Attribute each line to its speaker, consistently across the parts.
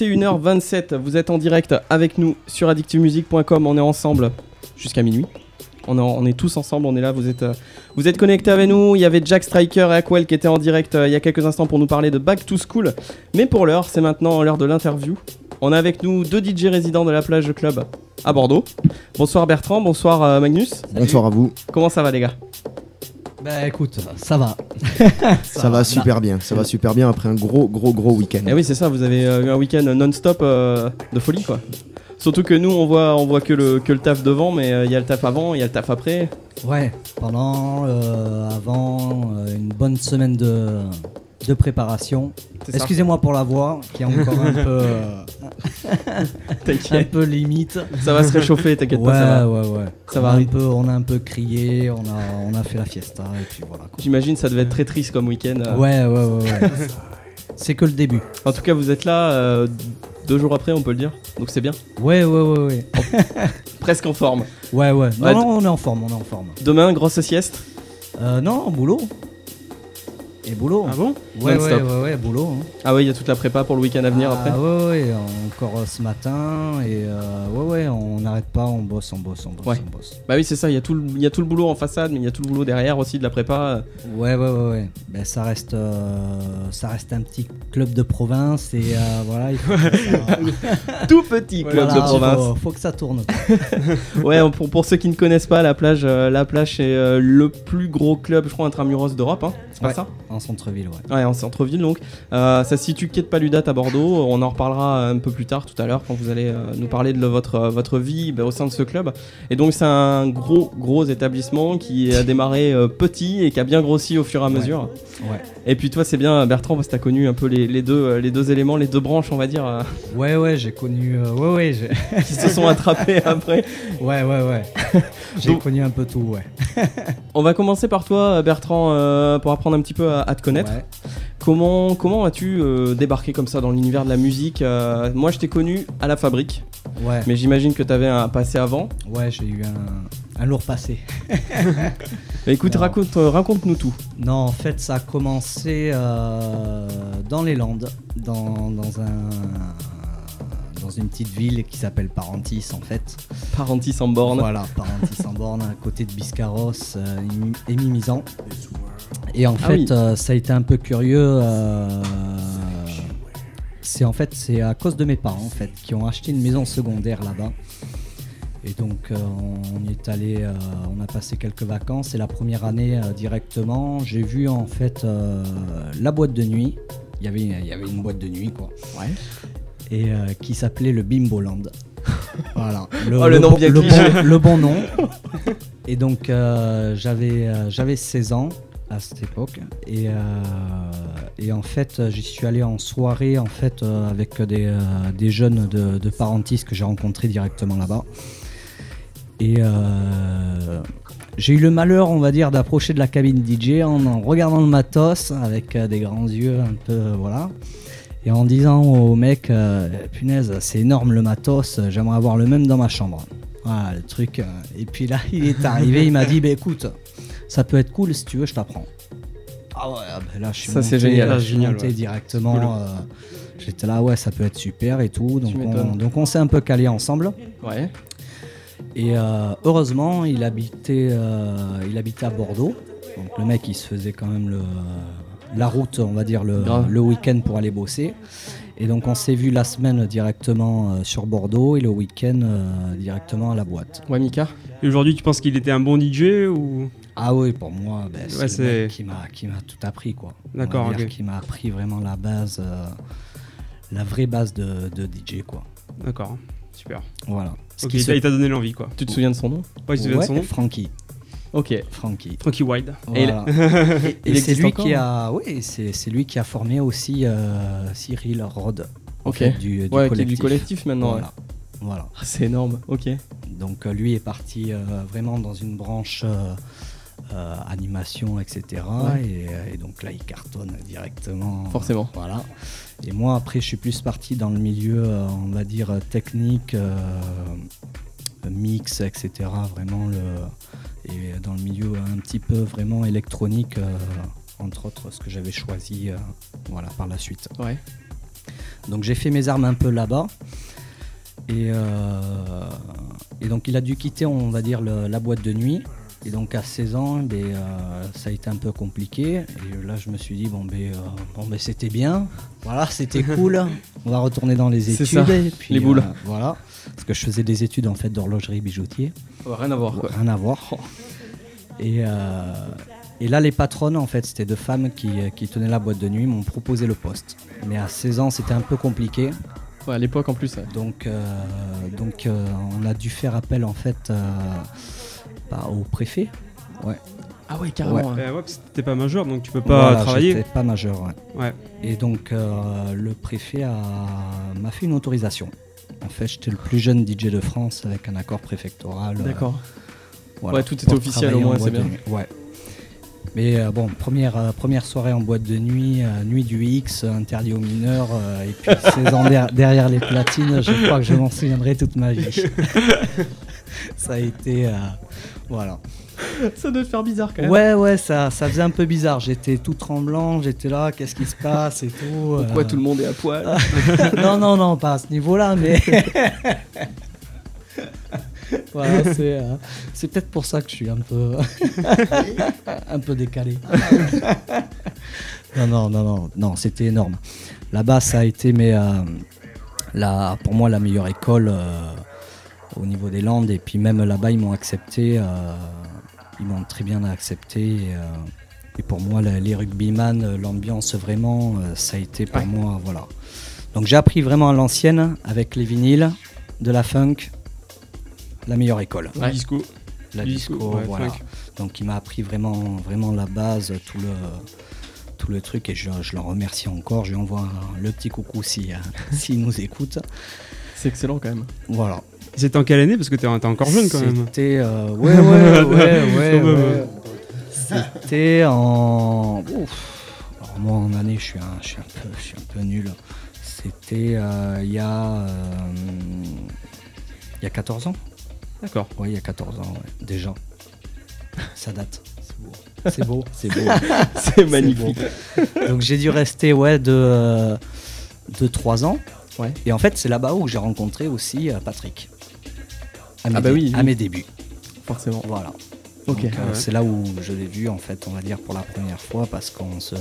Speaker 1: 21h27, vous êtes en direct avec nous sur addictivemusic.com, on est ensemble jusqu'à minuit. On est, en- on est tous ensemble, on est là, vous êtes, euh, vous êtes connectés avec nous. Il y avait Jack Striker et Aquel qui étaient en direct euh, il y a quelques instants pour nous parler de Back to School. Mais pour l'heure, c'est maintenant l'heure de l'interview. On a avec nous deux DJ résidents de la plage club à Bordeaux. Bonsoir Bertrand, bonsoir euh, Magnus.
Speaker 2: Bonsoir à vous.
Speaker 1: Comment ça va les gars
Speaker 3: Bah écoute, ça va.
Speaker 2: Ça, va super bien. Ça va super bien après un gros, gros, gros week-end.
Speaker 1: Eh oui, c'est ça, vous avez euh, eu un week-end non-stop euh, de folie, quoi. Surtout que nous, on voit, on voit que, le, que le taf devant, mais euh, il y a le taf avant, il y a le taf après.
Speaker 3: Bah, Ouais, pendant, euh, avant, euh, une bonne semaine de, de préparation.
Speaker 1: C'est ça.
Speaker 3: Excusez-moi pour la voix, qui est encore un peu, euh, un
Speaker 1: T'inquiète,
Speaker 3: peu limite.
Speaker 1: ça va se réchauffer, t'inquiète
Speaker 3: ouais,
Speaker 1: pas, ça va.
Speaker 3: ouais, ouais.
Speaker 1: Ça
Speaker 3: on
Speaker 1: va
Speaker 3: a un
Speaker 1: arriver.
Speaker 3: peu, on a un peu crié, on a, on a fait la fiesta et puis voilà. quoi.
Speaker 1: J'imagine ça devait être très triste comme week-end. euh.
Speaker 3: Ouais, ouais, ouais. ouais. C'est que le début.
Speaker 1: En tout cas, vous êtes là euh, deux jours après, on peut le dire. Donc c'est bien.
Speaker 3: Ouais, ouais, ouais, ouais.
Speaker 1: Presque en forme.
Speaker 3: Ouais, ouais. Non,
Speaker 1: Ouais,
Speaker 3: non, on est en forme, on est en forme.
Speaker 1: Demain, grosse sieste.
Speaker 3: Euh, non, boulot. Et boulot.
Speaker 1: Ah bon
Speaker 3: ouais, ouais,
Speaker 1: Non-stop.
Speaker 3: ouais, ouais, boulot. hein.
Speaker 1: Ah ouais, il y a toute la prépa pour le week-end à venir
Speaker 3: Ah,
Speaker 1: après.
Speaker 3: ouais, ouais, encore euh, ce matin. Et euh, ouais, ouais, on n'arrête pas, on bosse, on bosse, on bosse,
Speaker 1: Ouais.
Speaker 3: on bosse.
Speaker 1: Bah oui, c'est ça, il y, a tout le- il y a tout le boulot en façade, mais il y a tout le boulot derrière aussi de la prépa.
Speaker 3: Ouais, ouais, ouais, ouais. Ben, ça, reste, euh, ça reste un petit club de province et euh, voilà. Il faut que ça-
Speaker 1: Tout petit club
Speaker 3: voilà,
Speaker 1: de province.
Speaker 3: Faut, euh, faut que ça tourne.
Speaker 1: Ouais, on- pour, pour ceux qui ne connaissent pas la plage, euh, la plage est euh, le plus gros club, je crois, intramuros d'Europe. Hein. C'est pas
Speaker 3: Ouais.
Speaker 1: ça
Speaker 3: En centre-ville, ouais.
Speaker 1: Ouais, en centre-ville donc. Euh, ça se situe quai de Paludat à Bordeaux. On en reparlera un peu plus tard, tout à l'heure, quand vous allez euh, nous parler de le- votre, euh, votre vie bah, au sein de ce club. Et donc, c'est un gros, gros établissement qui a démarré euh, petit et qui a bien grossi au fur et à
Speaker 3: Ouais.
Speaker 1: mesure.
Speaker 3: Ouais,
Speaker 1: Et puis, toi, c'est bien, Bertrand, parce que t'as connu un peu les, les deux, euh, les deux éléments, les deux branches, on va dire, euh,
Speaker 3: ouais, ouais j'ai connu. euh, ouais, ouais, j'ai-
Speaker 1: qui se sont attrapées après.
Speaker 3: ouais, ouais. ouais. J'ai
Speaker 1: Donc-
Speaker 3: connu un peu tout, ouais.
Speaker 1: On va commencer par toi, Bertrand, euh, pour apprendre un petit peu à, à te connaître.
Speaker 3: Ouais.
Speaker 1: Comment, comment as-tu euh, débarqué comme ça dans l'univers de la musique Euh, Moi, je t'ai connu à la fabrique,
Speaker 3: ouais.
Speaker 1: mais j'imagine que t'avais un passé avant.
Speaker 3: Ouais, j'ai eu un, un lourd passé.
Speaker 1: Mais écoute,
Speaker 3: Non.
Speaker 1: raconte, euh, raconte-nous tout.
Speaker 3: Non, en fait, ça a commencé euh, dans les Landes, dans, dans, un, dans une petite ville qui s'appelle Parentis, en fait.
Speaker 1: Parentis en borne.
Speaker 3: Voilà, Parentis en borne, à côté de Biscarros euh, et Mimizan. Et en
Speaker 1: Ah
Speaker 3: fait,
Speaker 1: oui.
Speaker 3: euh, ça a été un peu curieux. euh, c'est en fait, c'est à cause de mes parents en fait qui ont acheté une maison secondaire là-bas. Et donc, euh, on y est allé, euh, on a passé quelques vacances. Et la première année euh, directement, j'ai vu en fait euh, la boîte de nuit. Il y avait, il y avait une boîte de nuit quoi. Et euh, qui s'appelait le Bimboland. voilà.
Speaker 1: Oh, le nom
Speaker 3: bon-
Speaker 1: bien
Speaker 3: le
Speaker 1: cliché.
Speaker 3: bon- le bon nom. Et donc euh, j'avais euh, j'avais 16 ans à cette époque et, euh, et en fait euh, j'y suis allé en soirée en fait euh, avec des, euh, des jeunes de, de Parentis que j'ai rencontrés directement là-bas et euh, j'ai eu le malheur on va dire d'approcher de la cabine DJ en, en regardant le matos avec euh, des grands yeux un peu euh, voilà et en disant au mec euh, punaise c'est énorme le matos j'aimerais avoir le même dans ma chambre voilà, le truc. euh, Et puis là, il est arrivé, il m'a dit, bah écoute, ça peut être cool si tu veux, je t'apprends. Ah ouais, ah bah là, je suis
Speaker 1: Ça,
Speaker 3: monté,
Speaker 1: c'est génial.
Speaker 3: là, je suis
Speaker 4: Génial,
Speaker 3: monté
Speaker 4: ouais.
Speaker 3: directement.
Speaker 4: Cool.
Speaker 3: euh, J'étais là, ouais, ça peut être super et tout. Donc
Speaker 1: Tu
Speaker 3: on,
Speaker 1: m'étonnes.
Speaker 3: donc on s'est un peu calé ensemble.
Speaker 1: Ouais.
Speaker 3: Et euh, heureusement, il habitait, euh, il habitait à Bordeaux. Donc le mec, il se faisait quand même le, euh, la route, on va dire, le,
Speaker 1: Grave.
Speaker 3: le week-end pour aller bosser. Et donc on s'est vu la semaine directement euh, sur Bordeaux et le week-end euh, directement à la boîte.
Speaker 1: Ouais, Mika.
Speaker 4: Et aujourd'hui, tu penses qu'il était un bon DJ ou
Speaker 3: Ah oui, pour moi, ben,
Speaker 4: Ouais,
Speaker 3: c'est
Speaker 4: c'est-
Speaker 3: le mec qui m'a qui m'a tout appris quoi. On va
Speaker 4: D'accord,
Speaker 3: dire
Speaker 4: ok.
Speaker 3: Qui m'a appris vraiment la base, euh, la vraie base de, de DJ quoi.
Speaker 4: D'accord, super.
Speaker 3: Voilà. Ce
Speaker 4: Ok,
Speaker 3: qui
Speaker 4: il
Speaker 3: se-
Speaker 4: t'a- il t'a donné l'envie quoi.
Speaker 1: Tu te souviens de son nom
Speaker 4: Ouais, tu te souviens de son
Speaker 3: Ouais,
Speaker 4: nom
Speaker 3: Frankie,
Speaker 1: Ok.
Speaker 3: Frankie.
Speaker 4: Frankie Wilde.
Speaker 1: Et
Speaker 3: Voilà. Et,
Speaker 1: il
Speaker 3: c'est
Speaker 1: existe
Speaker 3: lui
Speaker 1: encore hein.
Speaker 3: qui a, oui, c'est c'est lui qui a formé aussi euh, Cyril Rod. en
Speaker 1: Ok.
Speaker 3: fait, du,
Speaker 1: ouais,
Speaker 3: du
Speaker 1: qui est
Speaker 3: collectif.
Speaker 1: du collectif maintenant. ouais.
Speaker 3: Voilà. Voilà.
Speaker 1: Ah, c'est énorme. Ok.
Speaker 3: Donc euh, lui est parti euh, vraiment dans une branche euh, euh, animation, etc.
Speaker 1: Ouais.
Speaker 3: Et, euh, et donc là, il cartonne directement.
Speaker 1: Forcément.
Speaker 3: Voilà. Et moi, après, je suis plus parti dans le milieu, euh, on va dire, euh, technique, euh, mix, etc. Vraiment, le, et dans le milieu un petit peu vraiment électronique, euh, entre autres, ce que j'avais choisi euh, voilà, par la suite.
Speaker 1: Ouais.
Speaker 3: Donc j'ai fait mes armes un peu là-bas. Et, euh, et donc il a dû quitter, on va dire, le- la boîte de nuit. Et donc à 16 ans, ben, euh, ça a été un peu compliqué. Et là, je me suis dit, bon, ben, euh, bon, ben, c'était bien. Voilà, c'était cool. On va retourner dans les
Speaker 1: C'est
Speaker 3: études.
Speaker 1: ça,
Speaker 3: et puis,
Speaker 1: les boules.
Speaker 3: euh, voilà. Parce que je faisais des études en fait d'horlogerie bijoutier.
Speaker 1: Ouais, rien à voir quoi.
Speaker 3: Rien à voir. Et, euh, et là, les patronnes, en fait, c'était deux femmes qui, euh, qui tenaient la boîte de nuit, m'ont proposé le poste. Mais à 16 ans, c'était un peu compliqué.
Speaker 1: Ouais, à l'époque en plus. ouais.
Speaker 3: Donc, euh, donc euh, on a dû faire appel, en fait, euh, bah, au préfet.
Speaker 1: Ah ouais, carrément. hein.
Speaker 4: Euh, ouais, parce que t'es pas majeur, donc tu peux pas
Speaker 3: Voilà,
Speaker 4: travailler.
Speaker 3: j'étais pas majeur, ouais.
Speaker 4: Ouais.
Speaker 3: Et donc, euh, le préfet a- m'a fait une autorisation. En fait, j'étais le plus jeune DJ de France avec un accord préfectoral. euh,
Speaker 1: D'accord.
Speaker 3: Voilà,
Speaker 1: Ouais, tout était
Speaker 3: pour
Speaker 1: officiel au
Speaker 3: travailler
Speaker 1: moins,
Speaker 3: en
Speaker 1: c'est
Speaker 3: boîte de
Speaker 1: bien.
Speaker 3: nuit. Ouais. Mais euh, bon, première, euh, première soirée en boîte de nuit, euh, nuit du X, euh, interdit aux mineurs, euh, et puis 16 ans der- derrière les platines, je crois que je m'en souviendrai toute ma vie. ça a été. euh, voilà.
Speaker 1: Ça doit te faire bizarre quand même.
Speaker 3: Ouais, ouais, ça, ça faisait un peu bizarre. J'étais tout tremblant, j'étais là, qu'est-ce qui se passe et tout.
Speaker 1: Pourquoi
Speaker 3: euh,
Speaker 1: tout le monde est à poil
Speaker 3: non, non, non, pas à ce niveau-là, mais. voilà, c'est, euh, c'est peut-être pour ça que je suis un peu, un peu décalé. non, non, non, non, non, c'était énorme. Là-bas, ça a été mais, euh, la, pour moi la meilleure école euh, au niveau des Landes. Et puis même là-bas, ils m'ont accepté. euh, ils m'ont très bien accepté. Et, euh, et pour moi, la- les rugbyman, euh, l'ambiance vraiment, euh, ça a été pour
Speaker 1: Ouais.
Speaker 3: moi, voilà. Donc j'ai appris vraiment à l'ancienne avec les vinyles, de la funk, la meilleure école.
Speaker 1: Ouais.
Speaker 4: Du disco.
Speaker 3: La
Speaker 4: Du
Speaker 3: disco,
Speaker 4: ouais,
Speaker 3: voilà.
Speaker 4: funk.
Speaker 3: Donc il m'a appris vraiment, vraiment la base, tout le, tout le truc, et je, je l'en remercie encore. Je lui envoie un- le petit coucou s'il si, euh, s'il nous écoute.
Speaker 1: C'est excellent quand même.
Speaker 3: Voilà.
Speaker 4: C'était en quelle année Parce que t'es t'es encore jeune quand même.
Speaker 3: C'était. euh, ouais, ouais, ouais, ouais.
Speaker 4: Quand même.
Speaker 3: ouais. C'était en. Ouf. Alors moi en année, je suis un, je suis un, peu, je suis un peu nul. C'était euh, il y a. euh, il y a 14 ans
Speaker 4: D'accord.
Speaker 3: Oui, il y a 14 ans, ouais. déjà. Ça date. C'est beau. C'est beau.
Speaker 1: C'est magnifique.
Speaker 3: Donc j'ai dû rester ouais, de, euh, de 3 ans.
Speaker 1: Ouais.
Speaker 3: Et en fait, c'est là-bas où j'ai rencontré aussi euh, Patrick. À mes
Speaker 1: Ah bah
Speaker 3: dé-
Speaker 1: oui,
Speaker 3: à
Speaker 1: oui.
Speaker 3: mes débuts.
Speaker 1: Forcément.
Speaker 3: Voilà.
Speaker 1: Ok.
Speaker 3: Donc, euh,
Speaker 4: Ouais.
Speaker 3: C'est là où je l'ai vu en fait, on va dire pour la première fois parce qu'on se,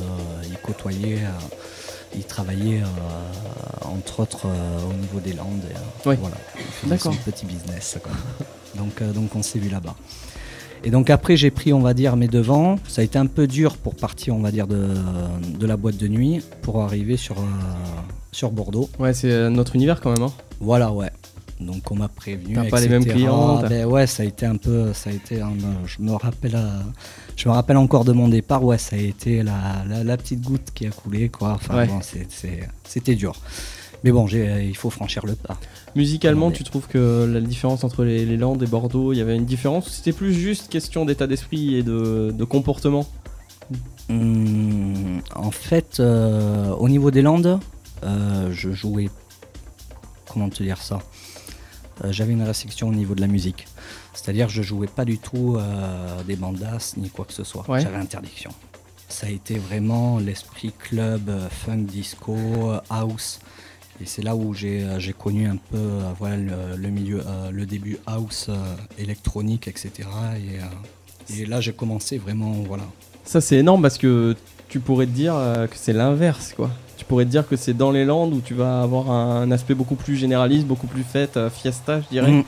Speaker 3: il côtoyait, euh, il travaillait euh, entre autres euh, au niveau des Landes. et, euh,
Speaker 1: Ouais.
Speaker 3: Voilà. Il faisait
Speaker 1: D'accord.
Speaker 3: son petit business. quoi. donc euh, donc on s'est vu là-bas. Et donc après j'ai pris on va dire mes devants. Ça a été un peu dur pour partir on va dire de, de la boîte de nuit pour arriver sur euh, sur Bordeaux.
Speaker 1: Ouais, c'est euh, notre univers quand même. hein.
Speaker 3: Voilà, ouais. Donc on m'a prévenu.
Speaker 1: T'as pas les
Speaker 3: etc..
Speaker 1: mêmes clients,
Speaker 3: Ah,
Speaker 1: t'as-
Speaker 3: ben ouais, ça a été un peu, ça a été. un, euh, je me rappelle, euh, je me rappelle encore de mon départ. Ouais, ça a été la, la, la petite goutte qui a coulé, quoi. Enfin
Speaker 1: Ouais.
Speaker 3: bon, c'est- c'est- c'était dur. Mais bon, j'ai, euh, il faut franchir le pas.
Speaker 1: Musicalement,
Speaker 3: Attendez.
Speaker 1: tu trouves que la différence entre les, les Landes et Bordeaux, il y avait une différence ou c'était plus juste question d'état d'esprit et de, de comportement
Speaker 3: Hum, en fait, euh, au niveau des Landes, euh, je jouais. Comment te dire ça Euh, J'avais une restriction au niveau de la musique. C'est-à-dire, je jouais pas du tout euh, des bandas ni quoi que ce soit.
Speaker 1: Ouais.
Speaker 3: J'avais interdiction. Ça a été vraiment l'esprit club, euh, funk, disco, euh, house. Et c'est là où j'ai euh, j'ai connu un peu euh, voilà, le, le milieu, euh, le début house, euh, électronique, etc. Et, euh, et là, j'ai commencé vraiment, voilà,
Speaker 1: Ça, c'est énorme parce que tu pourrais te dire euh, que c'est l'inverse, quoi. Tu pourrais te dire que c'est dans les Landes où tu vas avoir un, aspect beaucoup plus généraliste, beaucoup plus fête, euh, fiesta, je dirais,
Speaker 3: Mm.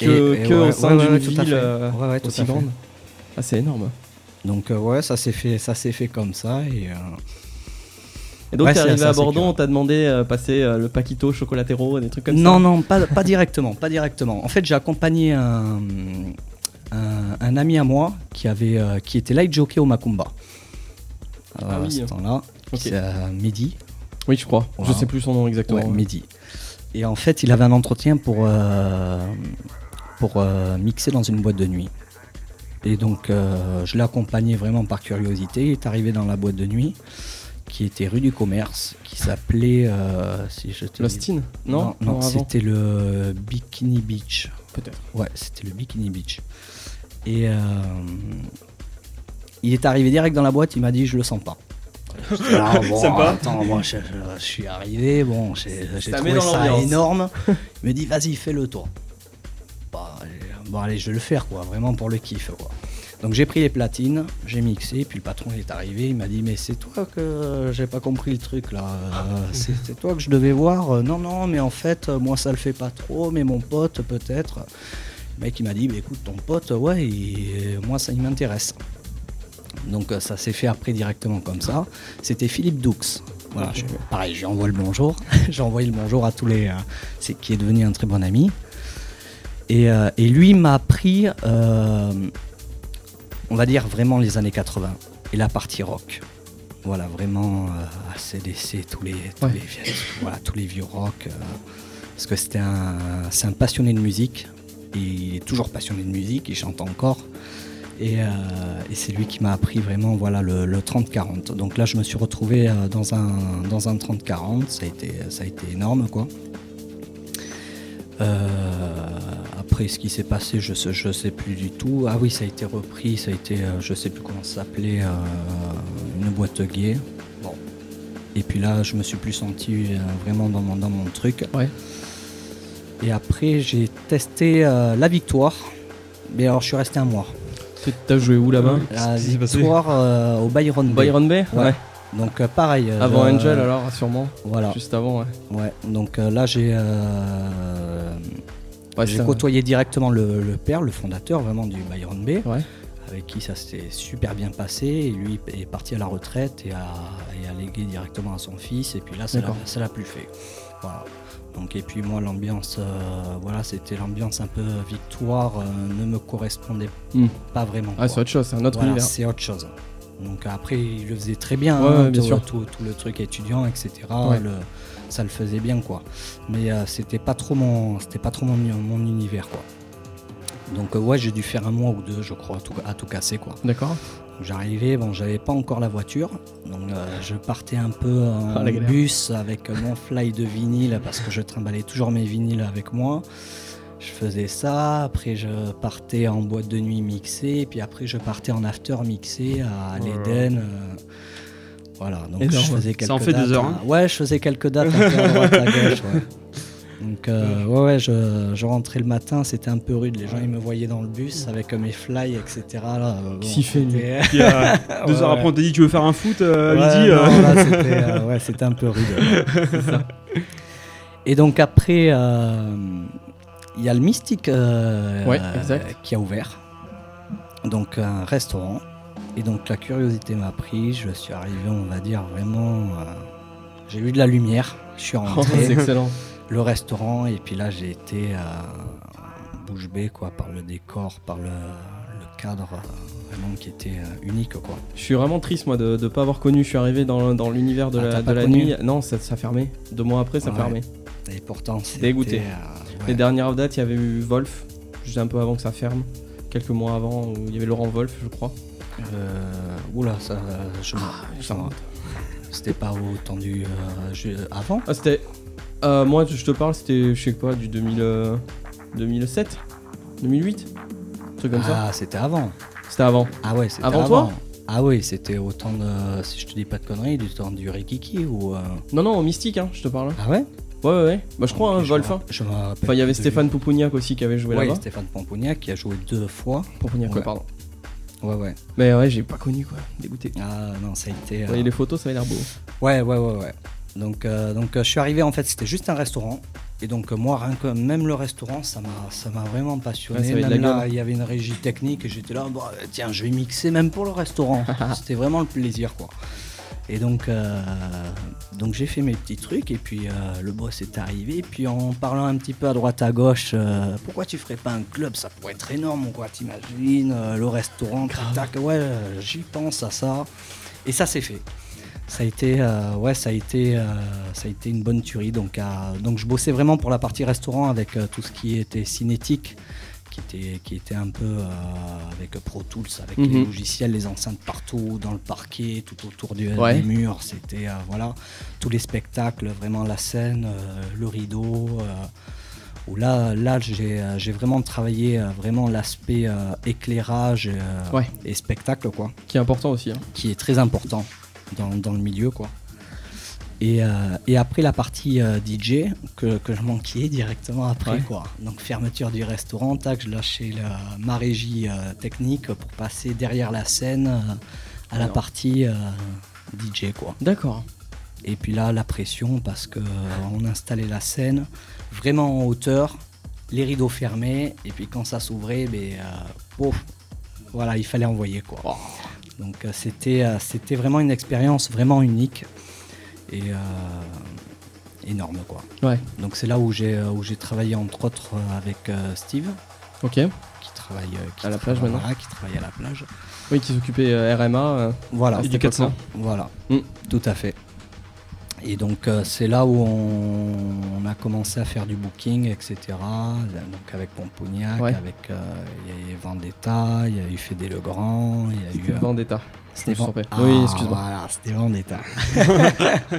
Speaker 1: que,
Speaker 3: Et- et
Speaker 1: que
Speaker 3: ouais,
Speaker 1: au sein
Speaker 3: ouais,
Speaker 1: d'une
Speaker 3: ouais, tout à
Speaker 1: ville
Speaker 3: fait.
Speaker 1: euh,
Speaker 3: Ouais, ouais, tout
Speaker 1: aussi
Speaker 3: à fait.
Speaker 1: grande. Ah, c'est énorme.
Speaker 3: Donc euh, ouais, ça s'est fait, ça s'est fait comme ça et euh,
Speaker 1: Et donc,
Speaker 3: Ouais,
Speaker 1: t'es
Speaker 3: c'est-
Speaker 1: arrivé
Speaker 3: ça,
Speaker 1: à
Speaker 3: c'est
Speaker 1: Bordeaux,
Speaker 3: clair.
Speaker 1: on t'a demandé euh, passer euh, le paquito chocolatero, des trucs comme
Speaker 3: non
Speaker 1: ça.
Speaker 3: non pas, pas directement, pas directement. En fait, j'ai accompagné un, un, un ami à moi qui avait euh, qui était light jockey au Macumba. Euh,
Speaker 1: Ah oui.
Speaker 3: à ce temps-là,
Speaker 1: Ok.
Speaker 3: c'est euh, Mehdi.
Speaker 1: Oui, je crois. Je
Speaker 3: Voilà.
Speaker 1: sais plus son nom exactement.
Speaker 3: Ouais, Mehdi. Et en fait, il avait un entretien pour, euh, pour euh, mixer dans une boîte de nuit. Et donc, euh, je l'ai accompagné vraiment par curiosité. Il est arrivé dans la boîte de nuit qui était rue du Commerce, qui s'appelait. euh, si je te dis-
Speaker 1: L'Austin Non,
Speaker 3: non,
Speaker 1: avant.
Speaker 3: c'était le Bikini Beach.
Speaker 1: Peut-être.
Speaker 3: Ouais, c'était le Bikini Beach. Et euh, il est arrivé direct dans la boîte, il m'a dit Je le sens pas. J'étais là, bon,
Speaker 4: Sympa.
Speaker 3: Attends, moi je, je- je suis arrivé, bon, j'ai j'ai
Speaker 1: Ça
Speaker 3: trouvé
Speaker 1: met dans
Speaker 3: ça
Speaker 1: l'ambiance.
Speaker 3: énorme. Il me dit, vas-y, fais le tour. Bah, j'ai- bon, allez, je vais le faire, quoi, vraiment pour le kiff, quoi. Donc j'ai pris les platines, j'ai mixé, puis le patron il est arrivé, il m'a dit mais c'est toi que euh, j'ai pas compris le truc là, euh, c'est c'est toi que je devais voir, Euh, non non mais en fait euh, moi ça le fait pas trop, mais mon pote peut-être. Le mec il m'a dit mais écoute ton pote ouais il- euh, moi ça il m'intéresse. Donc euh, ça s'est fait après directement comme ça. C'était Philippe Doux. Voilà, je- pareil, j'ai envoyé le bonjour. j'ai envoyé le bonjour à tous les. euh, c'est qui est devenu un très bon ami. Et, euh, et lui m'a appris, euh, on va dire vraiment les années 80 et la partie rock. Voilà, vraiment euh, ACDC, tous les, tous
Speaker 1: Ouais.
Speaker 3: les vieux, voilà, tous les vieux rock. euh, parce que c'était un, c'est un passionné de musique. Et il est toujours passionné de musique, il chante encore. Et, euh, et c'est lui qui m'a appris vraiment voilà, le, le 30-40. Donc là, je me suis retrouvé euh, dans un, dans un 30-40. Ça, a été- ça a été énorme. quoi. Euh, après, ce qui s'est passé, je sais, je sais plus du tout. Ah oui, ça a été repris. Ça a été, euh, je sais plus comment ça s'appelait, euh, une boîte gay. Bon. Et puis là, je me suis plus senti euh, vraiment dans mon, dans mon truc.
Speaker 1: Ouais.
Speaker 3: Et après, j'ai testé euh, la victoire. Mais alors, je suis resté un mois.
Speaker 1: T'as joué où là-bas
Speaker 3: La
Speaker 4: Qu'est-ce qui s'est passé
Speaker 3: victoire euh, au Byron Bay.
Speaker 1: Byron Bay
Speaker 3: Ouais. Donc euh, pareil. euh, ah.
Speaker 1: Avant
Speaker 3: je-
Speaker 1: Angel alors, sûrement.
Speaker 3: Voilà.
Speaker 1: Juste avant, ouais.
Speaker 3: Ouais. Donc euh, là j'ai euh,
Speaker 1: Ouais,
Speaker 3: j'ai
Speaker 1: c'est un-
Speaker 3: côtoyé directement le, le père, le fondateur vraiment du Byron Bay,
Speaker 1: Ouais.
Speaker 3: avec qui ça s'est super bien passé. Et lui est parti à la retraite et a, et a légué directement à son fils. Et puis là, ça l'a-
Speaker 1: D'accord.
Speaker 3: ça l'a plus fait. Voilà. Donc, et puis moi, l'ambiance, euh, voilà, c'était l'ambiance un peu victoire, euh, ne me correspondait
Speaker 1: Hmm.
Speaker 3: pas vraiment.
Speaker 1: Ah,
Speaker 3: quoi.
Speaker 1: c'est autre chose, c'est un autre
Speaker 3: Voilà,
Speaker 1: univers.
Speaker 3: c'est autre chose. Donc après, il le faisait très bien,
Speaker 1: Ouais,
Speaker 3: hein,
Speaker 1: ouais, bien
Speaker 3: tout,
Speaker 1: sûr.
Speaker 3: Tout, tout le truc étudiant, etc.
Speaker 1: Ouais.
Speaker 3: le- ça le faisait bien, quoi. Mais euh, c'était pas trop mon, c'était pas trop mon, mon univers, quoi. Donc euh, ouais, j'ai dû faire un mois ou deux, je crois, à tout, à tout casser, quoi.
Speaker 1: D'accord
Speaker 3: J'arrivais, bon, j'avais pas encore la voiture, donc euh, je partais un peu en
Speaker 1: Ah, la galère.
Speaker 3: bus avec mon fly de vinyle parce que je trimballais toujours mes vinyles avec moi. Je faisais ça, après je partais en boîte de nuit mixée, puis après je partais en after mixé à
Speaker 4: Oh là là.
Speaker 3: l'Eden. euh, voilà, donc
Speaker 1: Énorme.
Speaker 3: je faisais quelques
Speaker 4: Ça en fait
Speaker 3: dates,
Speaker 4: des heures, hein.
Speaker 3: hein. Ouais, je faisais quelques dates un peu à droite, à gauche. ouais. Donc euh, ouais, ouais, je, je rentrais le matin, c'était un peu rude, les gens ils me voyaient dans le bus avec euh, mes fly, etc. là, euh, bon,
Speaker 1: S'y fait, lui.
Speaker 3: c'était-
Speaker 4: Puis, euh, deux
Speaker 3: Ouais,
Speaker 4: heures
Speaker 3: ouais.
Speaker 4: après, on t'a dit tu veux faire un foot euh, à
Speaker 3: Ouais,
Speaker 4: midi. euh.
Speaker 3: non, là, c'était, euh, ouais, c'était un peu rude. ouais. C'est ça. Et donc après, euh, il y a le Mystique euh,
Speaker 1: Ouais,
Speaker 3: euh,
Speaker 1: exact.
Speaker 3: qui a ouvert. Donc un restaurant. Et donc la curiosité m'a pris. Je suis arrivé, on va dire, vraiment... euh, j'ai eu de la lumière. Je suis
Speaker 1: Oh, c'est
Speaker 3: rentré
Speaker 1: excellent.
Speaker 3: le restaurant et puis là j'ai été euh, bouche bée quoi par le décor, par le, le cadre euh, vraiment qui était euh, unique quoi.
Speaker 1: Je suis vraiment triste moi de ne pas avoir connu. Je suis arrivé dans, dans l'univers de
Speaker 3: Ah,
Speaker 1: la,
Speaker 3: t'as
Speaker 1: de
Speaker 3: pas
Speaker 1: la
Speaker 3: connu
Speaker 1: nuit. Non, ça, ça fermait. Deux mois après, ça
Speaker 3: Ouais.
Speaker 1: fermait.
Speaker 3: Et pourtant c'était
Speaker 1: Dégoûté.
Speaker 3: euh,
Speaker 1: Les
Speaker 3: ouais.
Speaker 1: dernières dates, il y avait eu Wolf, juste un peu avant que ça ferme. Quelques mois avant, où il y avait Laurent Wolf, je crois.
Speaker 3: Euh, oula, ça, euh, je me-
Speaker 1: Ah,
Speaker 3: ça me- C'était pas autant du euh, je- avant.
Speaker 1: Ah, c'était. euh, moi, je te parle, c'était, je sais pas, du 2000, euh, 2007 2008 Un truc comme ça.
Speaker 3: ah, c'était avant.
Speaker 1: C'était avant.
Speaker 3: Ah ouais, c'était
Speaker 1: Avant
Speaker 3: avant.
Speaker 1: toi
Speaker 3: ah oui, c'était autant de, si je te dis pas de conneries, du temps du Rikiki ou... euh,
Speaker 1: Non, non, en mystique, hein, je te parle.
Speaker 3: Ah ouais
Speaker 1: Ouais, ouais, ouais. Bah, je crois, hein,
Speaker 3: Ok,
Speaker 1: Wolf.
Speaker 3: me
Speaker 1: hein.
Speaker 3: rapp- Je me rappelle
Speaker 1: Enfin, il y avait
Speaker 3: plus de
Speaker 1: Stéphane
Speaker 3: lui.
Speaker 1: Poupougnac aussi qui avait joué
Speaker 3: Ouais,
Speaker 1: là-bas.
Speaker 3: Stéphane Pompognac qui a joué deux fois.
Speaker 1: Poupougnac,
Speaker 3: Ouais.
Speaker 1: pardon.
Speaker 3: Ouais, ouais.
Speaker 1: Mais ouais, j'ai pas connu, quoi. Dégoûté.
Speaker 3: Ah non, ça a été... euh,
Speaker 1: Vous voyez les photos, ça a l'air beau.
Speaker 3: Ouais, ouais, ouais, ouais. Donc, euh, donc euh, je suis arrivé, en fait, c'était juste un restaurant. Et donc, euh, moi, rien que même le restaurant, ça m'a, ça m'a vraiment
Speaker 1: Ouais, ça
Speaker 3: passionné.
Speaker 1: avait de
Speaker 3: Même
Speaker 1: la
Speaker 3: là,
Speaker 1: gueule.
Speaker 3: il y avait une régie technique et j'étais là, Bon, euh, tiens, je vais mixer même pour le restaurant. c'était vraiment le plaisir, quoi. Et donc, euh, donc j'ai fait mes petits trucs et puis euh, le boss est arrivé. Et puis en parlant un petit peu à droite à gauche, euh, pourquoi tu ferais pas un club Ça pourrait être énorme, quoi. T'imagines euh, le restaurant, tac, ouais, euh, j'y pense à ça. Et ça c'est fait. Ça a été, euh, ouais, ça a été, euh, ça a été une bonne tuerie. Donc, à- donc je bossais vraiment pour la partie restaurant avec euh, tout ce qui était cinétique, qui était, qui était un peu euh, avec Pro Tools, avec
Speaker 1: Mhm.
Speaker 3: les logiciels, les enceintes partout, dans le parquet, tout autour du,
Speaker 1: Ouais.
Speaker 3: des Euh, murs. C'était, euh, voilà, tous les spectacles, vraiment la scène, euh, le rideau. euh, où là, là j'ai euh, j'ai vraiment travaillé euh, vraiment l'aspect euh, éclairage euh,
Speaker 1: Ouais.
Speaker 3: et spectacle quoi
Speaker 1: Qui est important aussi. hein.
Speaker 3: qui est très important. dans, dans le milieu, quoi. Et, euh, et après la partie euh, DJ que, que je manquais directement après
Speaker 1: Ouais.
Speaker 3: quoi. Donc fermeture du restaurant, tac, je lâchais la, ma régie euh, technique pour passer derrière la scène euh, à la
Speaker 1: Alors.
Speaker 3: partie euh, DJ quoi.
Speaker 1: D'accord.
Speaker 3: Et puis là, la pression parce que euh, on installait la scène vraiment en hauteur, les rideaux fermés, et puis quand ça s'ouvrait, ben, euh, pouf, voilà, il fallait envoyer quoi. Donc euh, c'était euh, c'était vraiment une expérience vraiment unique et euh, énorme quoi.
Speaker 1: Ouais.
Speaker 3: Donc c'est là où j'ai euh, où j'ai travaillé entre autres euh, avec euh, Steve
Speaker 1: Ok.
Speaker 3: qui travaille euh, qui
Speaker 1: À la plage,
Speaker 3: travaille-
Speaker 1: maintenant.
Speaker 3: voilà, qui travaille à la plage.
Speaker 1: Oui, qui s'occupait euh, RMA. euh,
Speaker 3: Voilà.
Speaker 1: Et du 400.
Speaker 3: Voilà,
Speaker 1: Mm.
Speaker 3: tout à fait. Et donc euh, c'est là où on, on a commencé à faire du booking, etc. Donc avec Pompognac,
Speaker 1: Ouais.
Speaker 3: avec euh, il y a eu Vendetta, il y a eu Fédé Legrand, il y a eu.
Speaker 1: C'était
Speaker 3: euh,
Speaker 1: Vendetta. Je me
Speaker 3: Van-
Speaker 1: trompais.
Speaker 3: Ah,
Speaker 1: Oui, excuse-moi.
Speaker 3: Voilà, c'était Vendetta.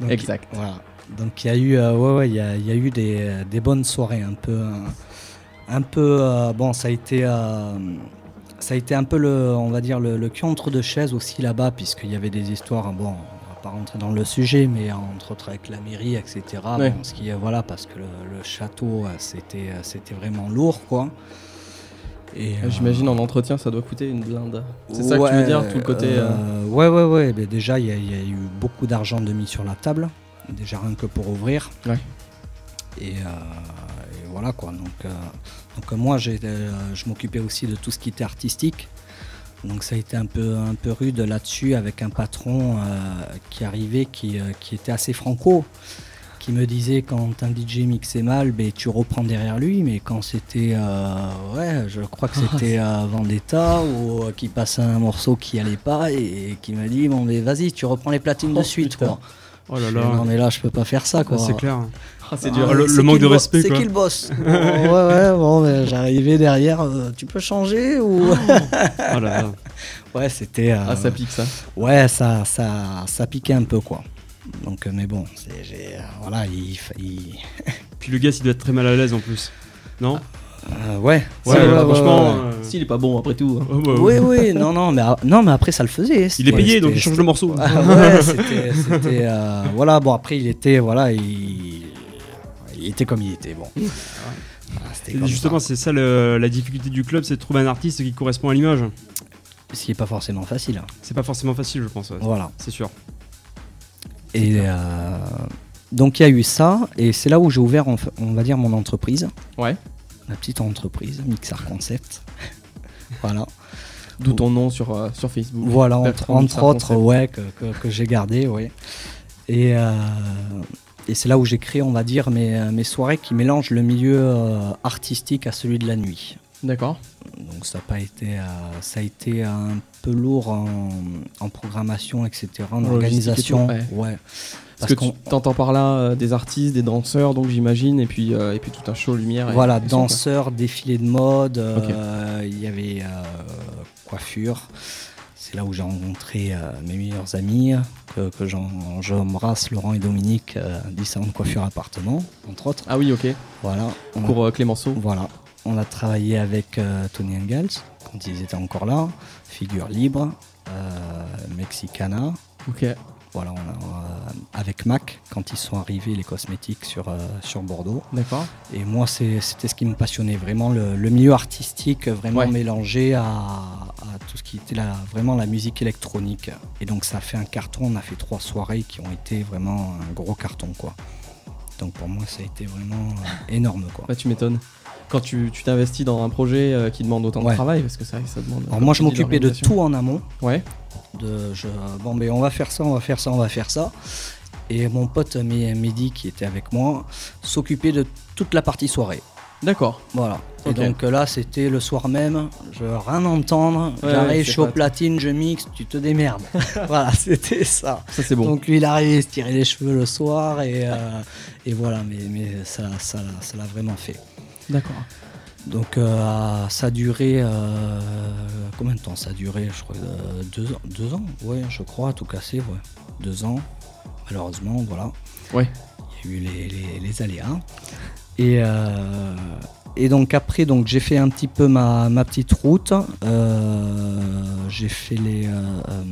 Speaker 3: Donc,
Speaker 1: Exact.
Speaker 3: Voilà. Donc il y a eu, euh, ouais, ouais, il y a, il y a eu des, des bonnes soirées, un peu, un- un peu. euh, bon, ça a été, euh, ça a été un peu le, on va dire le, le cul entre deux chaises aussi là-bas, puisqu'il y avait des histoires. Bon, on va pas rentrer dans le sujet, mais entre autres avec la mairie, etc.
Speaker 1: Ouais.
Speaker 3: Bon, ce qui, est- voilà, parce que le, le château, euh, c'était, euh, c'était vraiment lourd, quoi. Et, euh,
Speaker 1: J'imagine en entretien, ça doit coûter une blinde. C'est ça que tu veux
Speaker 3: Ouais,
Speaker 1: dire, tout le côté. euh,
Speaker 3: euh, Ouais, ouais, ouais. Mais déjà, il y, a- il y a eu beaucoup d'argent de mis sur la table. Déjà, rien que pour ouvrir.
Speaker 1: Ouais.
Speaker 3: Et, euh, et voilà, quoi. Donc, euh, donc euh, moi, j'ai, euh, je m'occupais aussi de tout ce qui était artistique. Donc, ça a été un peu, un peu rude là-dessus avec un patron euh, qui arrivait, qui, euh, qui était assez franco. Qui me disait quand un DJ mixait mal, ben, tu reprends derrière lui, mais quand c'était, euh, ouais, je crois que c'était euh, Vendetta ou euh, qui passait un morceau qui allait pas et, et qui m'a dit bon mais vas-y, tu reprends les platines
Speaker 1: Oh,
Speaker 3: de suite
Speaker 1: putain.
Speaker 3: quoi.
Speaker 4: Oh là
Speaker 3: Je fais, non
Speaker 4: là.
Speaker 3: mais là je peux pas faire ça quoi.
Speaker 4: C'est clair.
Speaker 1: Ah, c'est
Speaker 3: Ah,
Speaker 1: dur.
Speaker 4: le- le
Speaker 3: c'est
Speaker 4: manque
Speaker 3: qui
Speaker 4: de
Speaker 3: bo-
Speaker 4: respect,
Speaker 3: C'est
Speaker 4: quoi.
Speaker 3: qui le boss Bon, Ouais ouais bon ben, j'arrivais derrière. euh, tu peux changer ou
Speaker 4: Oh là là.
Speaker 3: ouais c'était. euh,
Speaker 1: Ah, ça pique ça.
Speaker 3: Ouais ça ça ça piquait un peu quoi. Donc euh, mais bon c'est j'ai- euh, voilà il, fa- il-
Speaker 4: Puis le gars, il doit être très mal à l'aise en plus. Non
Speaker 3: euh, ouais
Speaker 4: Ouais,
Speaker 3: ouais, ouais, ouais.
Speaker 4: franchement. euh,
Speaker 1: S'il est pas bon après tout. hein.
Speaker 4: oh, bah,
Speaker 3: Ah. Oui, oui, non, non, mais, a- non, mais après ça le faisait.
Speaker 4: Il est
Speaker 3: c'était-
Speaker 4: payé, donc il
Speaker 3: c'était-
Speaker 4: change le morceau.
Speaker 3: Ah ouais, c'était. c'était, euh, voilà, bon, après, il était. Voilà, il. Il était comme il était, bon. Ah, c'était
Speaker 4: Et
Speaker 3: comme
Speaker 4: Justement,
Speaker 3: ça.
Speaker 4: c'est ça le- la difficulté du club, c'est de trouver un artiste qui correspond à l'image.
Speaker 3: Ce qui n'est pas forcément facile. hein.
Speaker 4: C'est pas forcément facile, je pense. ouais.
Speaker 3: Voilà.
Speaker 4: C'est sûr.
Speaker 3: Et. euh, donc, il y a eu ça, et c'est là où j'ai ouvert, en fa- on va dire, mon entreprise.
Speaker 1: Ouais.
Speaker 3: Ma petite entreprise, Mixar Concept. voilà.
Speaker 1: D'où ton nom sur, euh, sur Facebook.
Speaker 3: Voilà, entre,
Speaker 1: Bertrand
Speaker 3: entre
Speaker 1: Mixer
Speaker 3: autres,
Speaker 1: Concept.
Speaker 3: ouais, que, que- que j'ai gardé, ouais. Et, euh, et c'est là où j'ai créé, on va dire, mes, euh, mes soirées qui mélangent le milieu euh, artistique à celui de la nuit.
Speaker 1: D'accord.
Speaker 3: Donc ça a, pas été, euh, ça a été un peu lourd en, en programmation, etc., en
Speaker 1: logistique et
Speaker 3: organisation.
Speaker 1: tout, ouais.
Speaker 3: ouais.
Speaker 1: Parce que
Speaker 3: qu'on-
Speaker 1: tu t'entends par là euh, des artistes, des danseurs, donc j'imagine, et puis euh, et puis tout un show lumière. et-
Speaker 3: Voilà,
Speaker 1: et son,
Speaker 3: danseurs, défilé de mode, euh, il y avait euh, coiffure. C'est là où j'ai rencontré euh, mes meilleurs amis, que, que j'en- j'embrasse, Laurent et Dominique, euh, du salon de coiffure appartement, entre autres.
Speaker 1: quoi. Ah oui, ok.
Speaker 3: Voilà. On a,
Speaker 1: Pour euh, Clémenceau.
Speaker 3: voilà. On a travaillé avec euh, Tony Engels, quand ils étaient encore là, Figure Libre, euh, Mexicana.
Speaker 1: Ok.
Speaker 3: Voilà, on a, euh, avec Mac, quand ils sont arrivés, les cosmétiques sur, euh, sur Bordeaux.
Speaker 1: D'accord.
Speaker 3: Et moi, c'est- c'était ce qui me passionnait vraiment, le, le milieu artistique, vraiment
Speaker 1: Ouais.
Speaker 3: mélangé à, à tout ce qui était la, vraiment la musique électronique. Et donc, ça a fait un carton. On a fait trois soirées qui ont été vraiment un gros carton, quoi. Donc, pour moi, ça a été vraiment euh, énorme, quoi.
Speaker 1: Bah tu m'étonnes. Quand tu tu t'investis dans un projet euh, qui demande autant de
Speaker 3: Ouais.
Speaker 1: travail, parce que ça, ça demande.
Speaker 3: Alors, moi, je
Speaker 1: comme tu dis,
Speaker 3: m'occupais de
Speaker 1: l'organisation.
Speaker 3: tout en amont.
Speaker 1: Ouais.
Speaker 3: de je- bon mais on va faire ça, on va faire ça, on va faire ça. Et mon pote Mé- Mehdi qui était avec moi s'occupait de toute la partie soirée.
Speaker 1: D'accord.
Speaker 3: Voilà.
Speaker 1: Ok.
Speaker 3: Et donc euh, là c'était le soir même, je veux rien entendre,
Speaker 1: Ouais, ouais,
Speaker 3: j'arrive,
Speaker 1: c'est
Speaker 3: je suis au
Speaker 1: pas-
Speaker 3: platine, je mixe, tu te démerdes. voilà, c'était ça.
Speaker 1: Ça c'est bon.
Speaker 3: Donc lui il arrivait, il se tirait les cheveux le soir et, euh, et voilà, mais, mais ça ça ça l'a vraiment fait.
Speaker 1: D'accord.
Speaker 3: Donc euh, ça a duré euh, combien de temps Ça a duré, je crois, euh, deux ans, deux ans, ouais, je crois, à tout casser, ouais, deux ans. Malheureusement, voilà.
Speaker 1: Ouais.
Speaker 3: Il y a eu les, les- les aléas. Et, euh, et donc après, donc j'ai fait un petit peu ma, ma petite route. Euh, j'ai fait les euh, euh,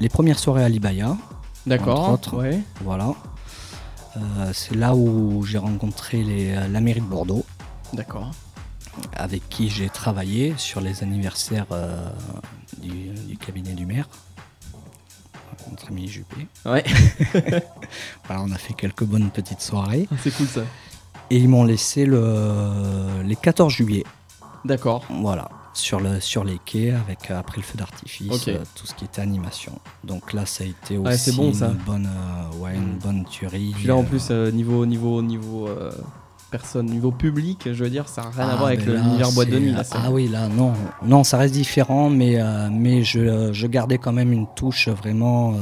Speaker 3: les premières soirées à Libaya. Entre
Speaker 1: D'accord.
Speaker 3: autres.
Speaker 1: Ouais.
Speaker 3: Voilà. Euh, c'est là où j'ai rencontré les- la mairie de Bordeaux,
Speaker 1: D'accord.
Speaker 3: avec qui j'ai travaillé sur les anniversaires euh, du, du cabinet du maire, notre ami Juppé.
Speaker 1: Ouais.
Speaker 3: Voilà, on a fait quelques bonnes petites soirées.
Speaker 1: C'est cool ça.
Speaker 3: Et ils m'ont laissé le, les 14 juillet,
Speaker 1: D'accord.
Speaker 3: voilà, sur, le, sur les quais, avec euh, après le feu d'artifice,
Speaker 1: Ok.
Speaker 3: euh, tout ce qui était animation. Donc là, ça a été
Speaker 1: Ouais,
Speaker 3: aussi
Speaker 1: c'est bon,
Speaker 3: une,
Speaker 1: ça.
Speaker 3: Bonne, euh, ouais, une
Speaker 1: Mm.
Speaker 3: bonne tuerie.
Speaker 1: Puis là
Speaker 3: Euh,
Speaker 1: en plus euh, niveau niveau niveau euh, personne niveau public, je veux dire, ça n'a rien à
Speaker 3: Ah,
Speaker 1: voir avec
Speaker 3: ben là,
Speaker 1: l'univers boîte de
Speaker 3: c'est-
Speaker 1: nuit. Là, c'est-
Speaker 3: ah oui, là, non. Non, ça reste différent, mais, euh, mais je, je gardais quand même une touche vraiment. euh,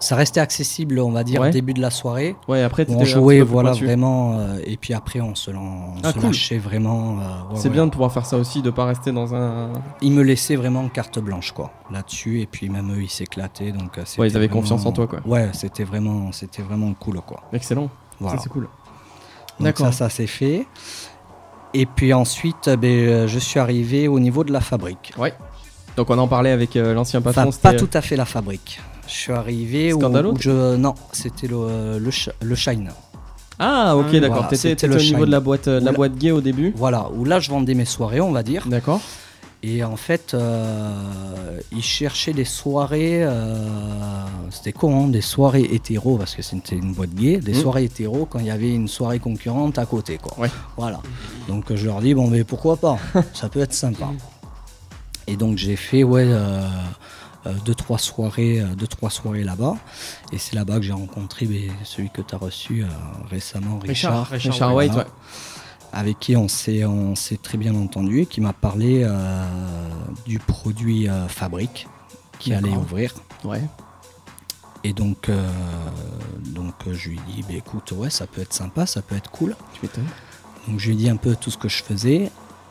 Speaker 3: ça restait accessible, on va dire,
Speaker 1: Ouais.
Speaker 3: au début de la soirée.
Speaker 1: Ouais, après
Speaker 3: Où
Speaker 1: t'étais un
Speaker 3: on
Speaker 1: petit
Speaker 3: jouait,
Speaker 1: peu plus
Speaker 3: voilà,
Speaker 1: pointu.
Speaker 3: vraiment. euh, et puis après, on se, lan- on
Speaker 1: Ah,
Speaker 3: se
Speaker 1: cool.
Speaker 3: lâchait vraiment. euh, ouais,
Speaker 1: C'est
Speaker 3: ouais.
Speaker 1: bien de pouvoir faire ça aussi, de pas rester dans un.
Speaker 3: Ils me laissaient vraiment carte blanche, quoi, là-dessus. Et puis même eux, ils s'éclataient. Donc, euh, c'était
Speaker 1: Ouais, ils avaient
Speaker 3: vraiment-
Speaker 1: confiance en toi, quoi.
Speaker 3: Ouais, c'était vraiment, c'était vraiment cool, quoi.
Speaker 1: Excellent.
Speaker 3: Voilà.
Speaker 1: Ça c'est cool.
Speaker 3: Donc
Speaker 1: D'accord.
Speaker 3: ça, ça s'est fait. Et puis ensuite, euh, ben, euh, je suis arrivé au niveau de la fabrique.
Speaker 1: Donc on en parlait avec euh, l'ancien patron.
Speaker 3: Enfin, pas
Speaker 1: c'était-
Speaker 3: tout à fait la fabrique. Je suis arrivé où,
Speaker 1: Scandalo
Speaker 3: où je non, c'était le le, sh- le shine.
Speaker 1: Ah ok
Speaker 4: Ah,
Speaker 1: d'accord.
Speaker 3: voilà,
Speaker 1: T'étais,
Speaker 3: c'était
Speaker 1: t'étais
Speaker 3: le
Speaker 1: au niveau
Speaker 3: shine.
Speaker 1: de la boîte euh, de la
Speaker 3: Oula.
Speaker 1: boîte gay au début.
Speaker 3: Voilà où là je vendais mes soirées, on va dire.
Speaker 1: D'accord.
Speaker 3: Et en fait, euh, ils cherchaient des soirées. euh, c'était con, hein, des soirées hétéro parce que c'était une boîte gay, des
Speaker 1: Mm.
Speaker 3: soirées hétéro quand il y avait une soirée concurrente à côté, quoi.
Speaker 1: Ouais.
Speaker 3: Voilà. Donc euh, je leur dis bon mais pourquoi pas, ça peut être sympa. Et donc j'ai fait ouais euh, euh, deux trois soirées, euh, deux trois soirées là-bas. Et c'est là-bas que j'ai rencontré ben, celui que tu as reçu euh, récemment, Richard,
Speaker 1: Richard,
Speaker 4: ouais.
Speaker 1: White.
Speaker 3: voilà. avec qui on s'est on s'est très bien entendu et qui m'a parlé euh, du produit euh, Fabrique qui allait
Speaker 1: D'accord.
Speaker 3: ouvrir.
Speaker 1: Ouais. Ouais.
Speaker 3: Et donc euh, donc euh, je lui dis ben écoute ouais ça peut être sympa, ça peut être cool.
Speaker 1: Tu m'étonnes.
Speaker 3: Donc je lui ai dit un peu tout ce que je faisais.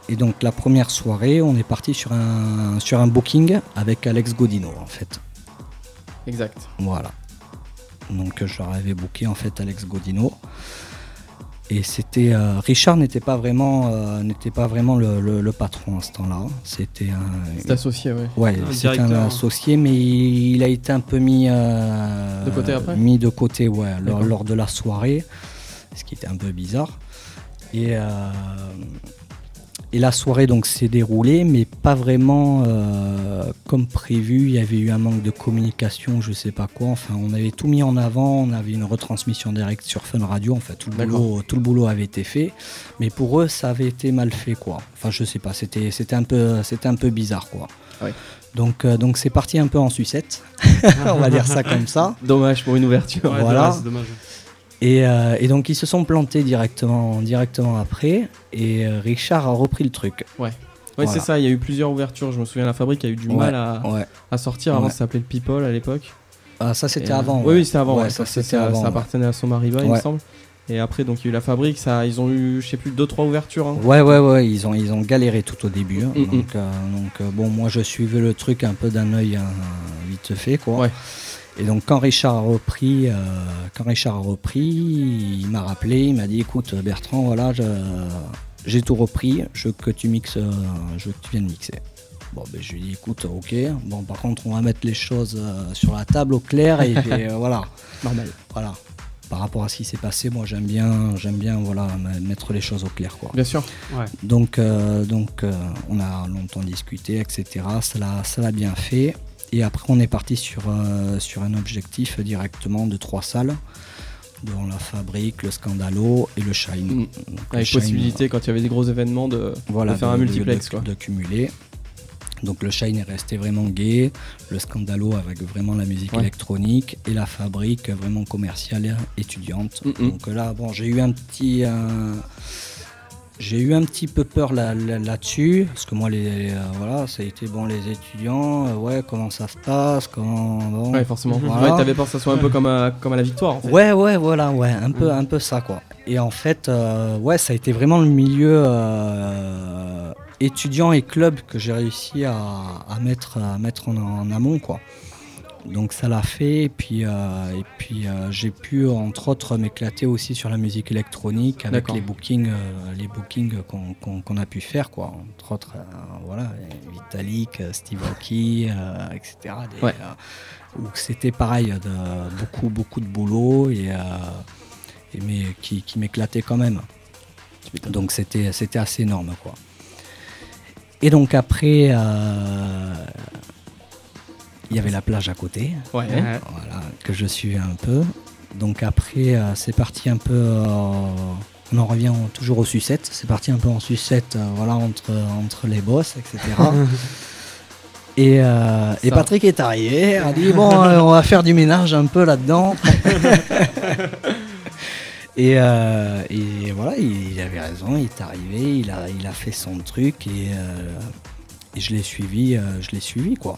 Speaker 3: Et donc la première soirée, on est parti sur un, sur un booking avec Alex Godino en fait.
Speaker 1: Exact.
Speaker 3: Voilà. Donc je leur avais booké en fait Alex Godino. Et c'était euh, Richard n'était pas vraiment euh, n'était pas vraiment le, le- le patron à ce temps-là. C'était
Speaker 1: C'est
Speaker 3: un
Speaker 1: associé ouais.
Speaker 3: ouais
Speaker 4: Un
Speaker 3: c'était un
Speaker 4: directeur.
Speaker 3: associé, mais il, il a été un peu mis euh,
Speaker 1: De côté après
Speaker 3: mis de côté ouais lors,
Speaker 1: D'accord.
Speaker 3: lors de la soirée, ce qui était un peu bizarre. Et euh, et la soirée donc s'est déroulée, mais pas vraiment euh, comme prévu. Il y avait eu un manque de communication, je sais pas quoi. Enfin, on avait tout mis en avant. On avait une retransmission directe sur Fun Radio. Enfin, tout le
Speaker 1: D'accord.
Speaker 3: boulot, tout le boulot avait été fait, mais pour eux, ça avait été mal fait, quoi. Enfin, je sais pas. C'était, c'était un peu, c'était un peu bizarre, quoi.
Speaker 1: Ah ouais.
Speaker 3: Donc, euh, donc c'est parti un peu en sucette. on va dire ça comme ça.
Speaker 1: Dommage pour une ouverture.
Speaker 4: Ouais,
Speaker 3: Voilà.
Speaker 4: dommage, c'est dommage.
Speaker 3: Et, euh, et donc ils se sont plantés directement, directement après. Et euh, Richard a repris le truc.
Speaker 1: Ouais,
Speaker 3: Voilà.
Speaker 1: c'est ça, il y a eu plusieurs ouvertures. Je me souviens, la fabrique a eu du
Speaker 3: Ouais,
Speaker 1: mal à,
Speaker 3: Ouais.
Speaker 1: à sortir. Avant,
Speaker 3: Ouais.
Speaker 1: ça s'appelait le People à l'époque.
Speaker 3: Ah, ça c'était
Speaker 1: Et, euh,
Speaker 3: avant.
Speaker 1: Oui, oui, c'était avant.
Speaker 3: Ouais,
Speaker 1: ouais,
Speaker 3: ça,
Speaker 1: parce que
Speaker 3: c'était
Speaker 1: ça,
Speaker 3: avant,
Speaker 1: ça
Speaker 3: ouais.
Speaker 1: appartenait à Somariva, il me
Speaker 3: Ouais.
Speaker 1: semble. Et après, donc, il y a eu la fabrique. Ça, ils ont eu, je sais plus, 2-3 ouvertures. hein.
Speaker 3: Ouais, ouais, ouais, ils ont, ils ont galéré tout au début. hein.
Speaker 1: Mm, mm.
Speaker 3: Donc, euh, donc, euh, bon, moi je suivais le truc un peu d'un œil hein, vite fait, quoi.
Speaker 1: Ouais.
Speaker 3: Et donc quand Richard a repris, euh, quand Richard a repris, il m'a rappelé, il m'a dit, écoute Bertrand, voilà, je- j'ai tout repris, je veux que tu mixes, euh, je veux que tu viennes mixer. Bon, ben, je lui ai dit, écoute, ok. Bon, par contre, on va mettre les choses euh, sur la table au clair et puis, euh, voilà.
Speaker 1: Normal.
Speaker 3: Voilà. Par rapport à ce qui s'est passé, moi j'aime bien, j'aime bien, voilà, mettre les choses au clair, quoi.
Speaker 1: Bien sûr.
Speaker 4: Ouais.
Speaker 3: Donc, euh, donc euh, on a longtemps discuté, etc. Ça l'a, ça l'a bien fait. Et après, on est parti sur, euh, sur un objectif directement de trois salles, dont la fabrique, le Scandalo et le Shine.
Speaker 1: Mm.
Speaker 3: Donc, le
Speaker 1: Avec
Speaker 3: Shine,
Speaker 1: possibilité, quand il y avait des gros événements, de.
Speaker 3: voilà,
Speaker 1: de faire un multiplex,
Speaker 3: de-
Speaker 1: quoi.
Speaker 3: de cumuler. Donc le Shine est resté vraiment gay, le Scandalo avec vraiment la musique
Speaker 1: Ouais.
Speaker 3: électronique et la fabrique vraiment commerciale et étudiante.
Speaker 1: Mm, mm.
Speaker 3: Donc là, bon, j'ai eu un petit, euh, j'ai eu un petit peu peur là- là- là-dessus parce que moi, les, euh, voilà, ça a été bon les étudiants, euh, ouais, comment ça se passe, comment, bon.
Speaker 1: Ouais, forcément.
Speaker 3: Voilà.
Speaker 1: Ouais, t'avais peur que ça soit un peu comme à, comme à la victoire, en fait. Mm.
Speaker 3: Ouais, ouais, voilà, ouais, un peu, un peu ça, quoi. Et en fait, euh, ouais, ça a été vraiment le milieu euh, étudiant et club que j'ai réussi à, à mettre, à mettre en, en amont, quoi. Donc ça l'a fait, et puis, euh, et puis euh, j'ai pu entre autres m'éclater aussi sur la musique électronique avec
Speaker 1: D'accord.
Speaker 3: les bookings, euh, les bookings qu'on, qu'on- qu'on a pu faire quoi. Entre autres, euh, voilà, Vitalik, euh, Steve Aoki, euh, etc. des,
Speaker 1: Ouais.
Speaker 3: euh, où c'était pareil, de, beaucoup beaucoup de boulot et, euh, et mais qui, qui m'éclatait quand même. Donc c'était c'était assez énorme quoi. Et donc après, euh, il y avait la plage à côté, Hein
Speaker 1: Ouais.
Speaker 3: voilà, que je suivais un peu. Donc après, euh, c'est parti un peu. euh, on en revient en- toujours aux sucettes. C'est parti un peu en sucette, euh, voilà, entre, entre les boss, etc. Et, euh, et
Speaker 1: Ça.
Speaker 3: Patrick est arrivé, a dit bon, euh, on va faire du ménage un peu là-dedans. et, euh, et voilà, il, il avait raison, il est arrivé, il a, il a fait son truc et, euh, et je l'ai suivi, euh, je l'ai suivi quoi.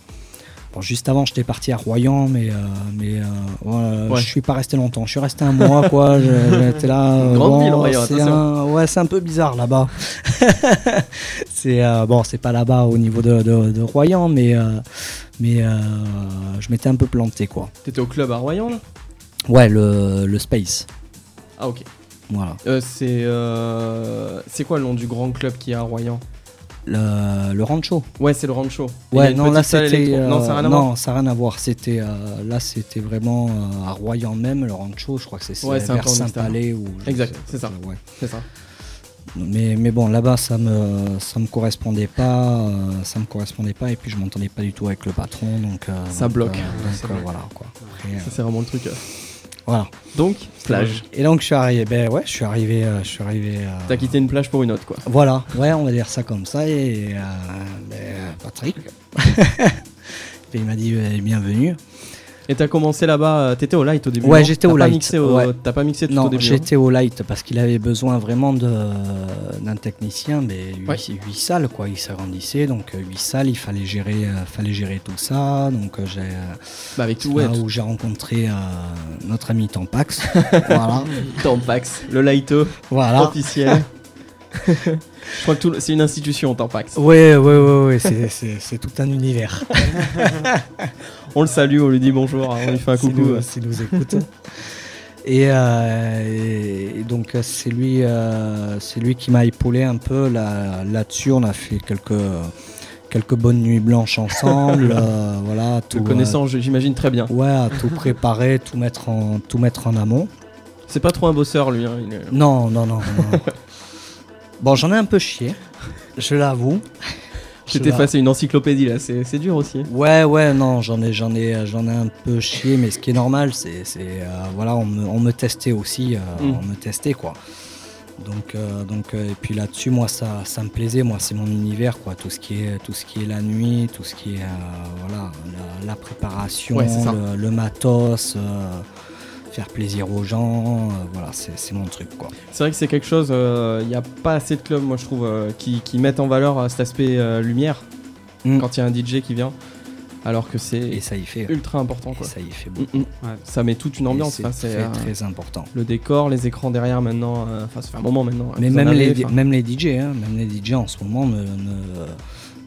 Speaker 3: Bon, juste avant, j'étais parti à Royan, mais, euh, mais euh, voilà,
Speaker 1: Ouais.
Speaker 3: je suis pas resté longtemps. Je suis resté un mois, quoi. Je- J'étais là. euh,
Speaker 1: Grande
Speaker 3: bon,
Speaker 1: ville, Royan,
Speaker 3: c'est
Speaker 1: attention.
Speaker 3: un- ouais, c'est un peu bizarre là-bas. c'est euh, bon, c'est pas là-bas au niveau de, de, de Royan, mais euh, mais euh, je m'étais un peu planté, quoi.
Speaker 1: T'étais au club à Royan là
Speaker 3: Ouais, le, le space,
Speaker 1: Ah ok.
Speaker 3: voilà.
Speaker 1: Euh, c'est euh, c'est quoi le nom du grand club qui est à Royan
Speaker 3: Le, le rancho.
Speaker 1: Ouais, c'est le Rancho. Il y a
Speaker 3: Ouais,
Speaker 1: une
Speaker 3: non,
Speaker 1: petite
Speaker 3: là
Speaker 1: salle
Speaker 3: c'était.
Speaker 1: électro-
Speaker 3: euh,
Speaker 1: non, ça a rien à voir.
Speaker 3: non, ça a rien à voir. C'était euh, là, c'était vraiment euh, à Royan même, le rancho. Je crois que c'est
Speaker 1: Ouais, c'est un
Speaker 3: vers
Speaker 1: peu en
Speaker 3: Saint-Palais ou. je
Speaker 1: Exact,
Speaker 3: sais pas,
Speaker 1: c'est ça.
Speaker 3: ouais.
Speaker 1: C'est ça.
Speaker 3: Mais, mais bon, là-bas, ça me, ça me correspondait pas, euh, ça me correspondait pas, et puis je m'entendais pas du tout avec le patron, donc euh,
Speaker 1: Ça
Speaker 3: donc,
Speaker 1: bloque.
Speaker 3: euh, donc,
Speaker 1: Ça
Speaker 3: euh,
Speaker 1: bloque.
Speaker 3: voilà quoi. Après, euh,
Speaker 1: Ça c'est vraiment le truc. euh.
Speaker 3: voilà.
Speaker 1: Donc plage.
Speaker 3: Et donc je suis arrivé, ben ouais, je suis arrivé, euh, je suis arrivé. euh,
Speaker 1: T'as quitté une plage pour une autre quoi.
Speaker 3: Voilà, ouais, on va dire ça comme ça. Et euh, ben, euh, Patrick, Et il m'a dit euh, bienvenue.
Speaker 1: Et t'as commencé là-bas. euh, T'étais au light au début.
Speaker 3: Ouais,
Speaker 1: non
Speaker 3: j'étais
Speaker 1: T'as
Speaker 3: au
Speaker 1: pas
Speaker 3: Light,
Speaker 1: mixé au-
Speaker 3: ouais.
Speaker 1: T'as pas mixé tout au
Speaker 3: Non,
Speaker 1: début. hein
Speaker 3: j'étais au light parce qu'il avait besoin vraiment de- d'un technicien, mais 8,
Speaker 1: Ouais.
Speaker 3: salles quoi, il s'agrandissait, donc 8 salles, il fallait gérer, euh, fallait gérer tout ça, donc euh, j'ai euh,
Speaker 1: Bah avec tout.
Speaker 3: c'est
Speaker 1: Ouais.
Speaker 3: là où j'ai rencontré euh, notre ami Tampax, voilà,
Speaker 1: Tampax, le lighto
Speaker 3: voilà.
Speaker 1: officiel. Je crois que tout le- c'est une institution Tampax.
Speaker 3: Ouais, ouais, ouais, ouais, c'est- c'est c'est tout un univers.
Speaker 1: On le salue, on lui dit bonjour, hein, on lui fait un
Speaker 3: S'il
Speaker 1: coucou. euh.
Speaker 3: nous- s'il nous écoute. Ah, Et, euh, et- et donc euh, c'est lui, euh, c'est lui qui m'a épaulé un peu là- là-dessus. on a fait quelques quelques bonnes nuits blanches ensemble, euh, voilà,
Speaker 1: Te
Speaker 3: tout
Speaker 1: connaissant, je- j'imagine très bien.
Speaker 3: euh, ouais, à tout préparer, tout mettre en tout mettre en amont.
Speaker 1: C'est pas trop un bosseur lui. hein, il est-
Speaker 3: Non, non, non. non. bon, j'en ai un peu chié, je l'avoue. Je
Speaker 1: J'étais
Speaker 3: l'a-
Speaker 1: face à une encyclopédie là, c'est c'est dur aussi.
Speaker 3: Ouais, ouais, non, j'en ai, j'en ai, j'en ai un peu chié, mais ce qui est normal, c'est, c'est, euh, voilà, on me, on me testait aussi, euh,
Speaker 1: Mm.
Speaker 3: on me testait quoi. Donc, euh, donc, euh, et puis là-dessus, moi, ça, ça me plaisait, moi, c'est mon univers quoi, tout ce qui est, tout ce qui est la nuit, tout ce qui est, euh, voilà, la, la préparation,
Speaker 1: Ouais, c'est ça.
Speaker 3: le, le matos, euh, faire plaisir aux gens, euh, voilà, c'est, c'est mon truc quoi.
Speaker 1: C'est vrai que c'est quelque chose, il n'y a pas assez de clubs, moi je trouve, euh, qui, qui mettent en valeur euh, cet aspect euh, lumière
Speaker 3: Mm.
Speaker 1: quand il y a un DJ qui vient, alors que
Speaker 3: Et
Speaker 1: c'est
Speaker 3: ça y fait,
Speaker 1: ultra important
Speaker 3: et
Speaker 1: quoi.
Speaker 3: ça y fait
Speaker 1: Mm,
Speaker 3: beaucoup.
Speaker 1: mm.
Speaker 4: Ouais.
Speaker 1: Ça met toute une ambiance,
Speaker 3: Et
Speaker 1: enfin,
Speaker 3: c'est
Speaker 1: c'est,
Speaker 3: très,
Speaker 1: euh,
Speaker 3: très important.
Speaker 1: le décor, les écrans derrière maintenant, euh, enfin ça fait un moment maintenant. hein,
Speaker 3: Mais
Speaker 1: qu'ils en
Speaker 3: même,
Speaker 1: avaient,
Speaker 3: les,
Speaker 1: enfin.
Speaker 3: même les DJ, hein, même les DJ en ce moment ne,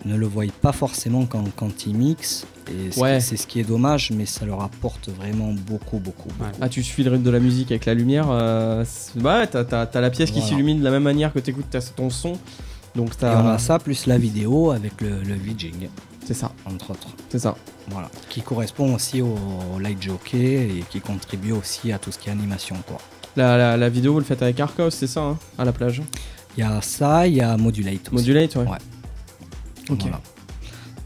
Speaker 3: ne, ne le voient pas forcément quand, quand ils mixent. Et ce
Speaker 1: Ouais.
Speaker 3: qui- c'est ce qui est dommage, mais ça leur apporte vraiment beaucoup, beaucoup. beaucoup.
Speaker 1: Ah, tu suis le rythme de la musique avec la lumière, euh, c'est- bah, t'as, t'as- t'as la pièce qui
Speaker 3: Voilà.
Speaker 1: s'illumine de la même manière que t'écoutes ta- ton son, donc
Speaker 3: Et on
Speaker 1: t'as.
Speaker 3: a ça plus la vidéo avec le, le VJing,
Speaker 1: C'est ça,
Speaker 3: entre autres.
Speaker 1: c'est ça.
Speaker 3: Voilà. Qui correspond aussi au, au light jockey et qui contribue aussi à tout ce qui est animation. Quoi.
Speaker 1: La, la- la vidéo, vous le faites avec Arcos, c'est ça, hein, à la plage.
Speaker 3: Il y a ça, il y a Modulate aussi.
Speaker 1: Modulate, ouais.
Speaker 3: Ouais.
Speaker 1: Ok.
Speaker 3: Voilà.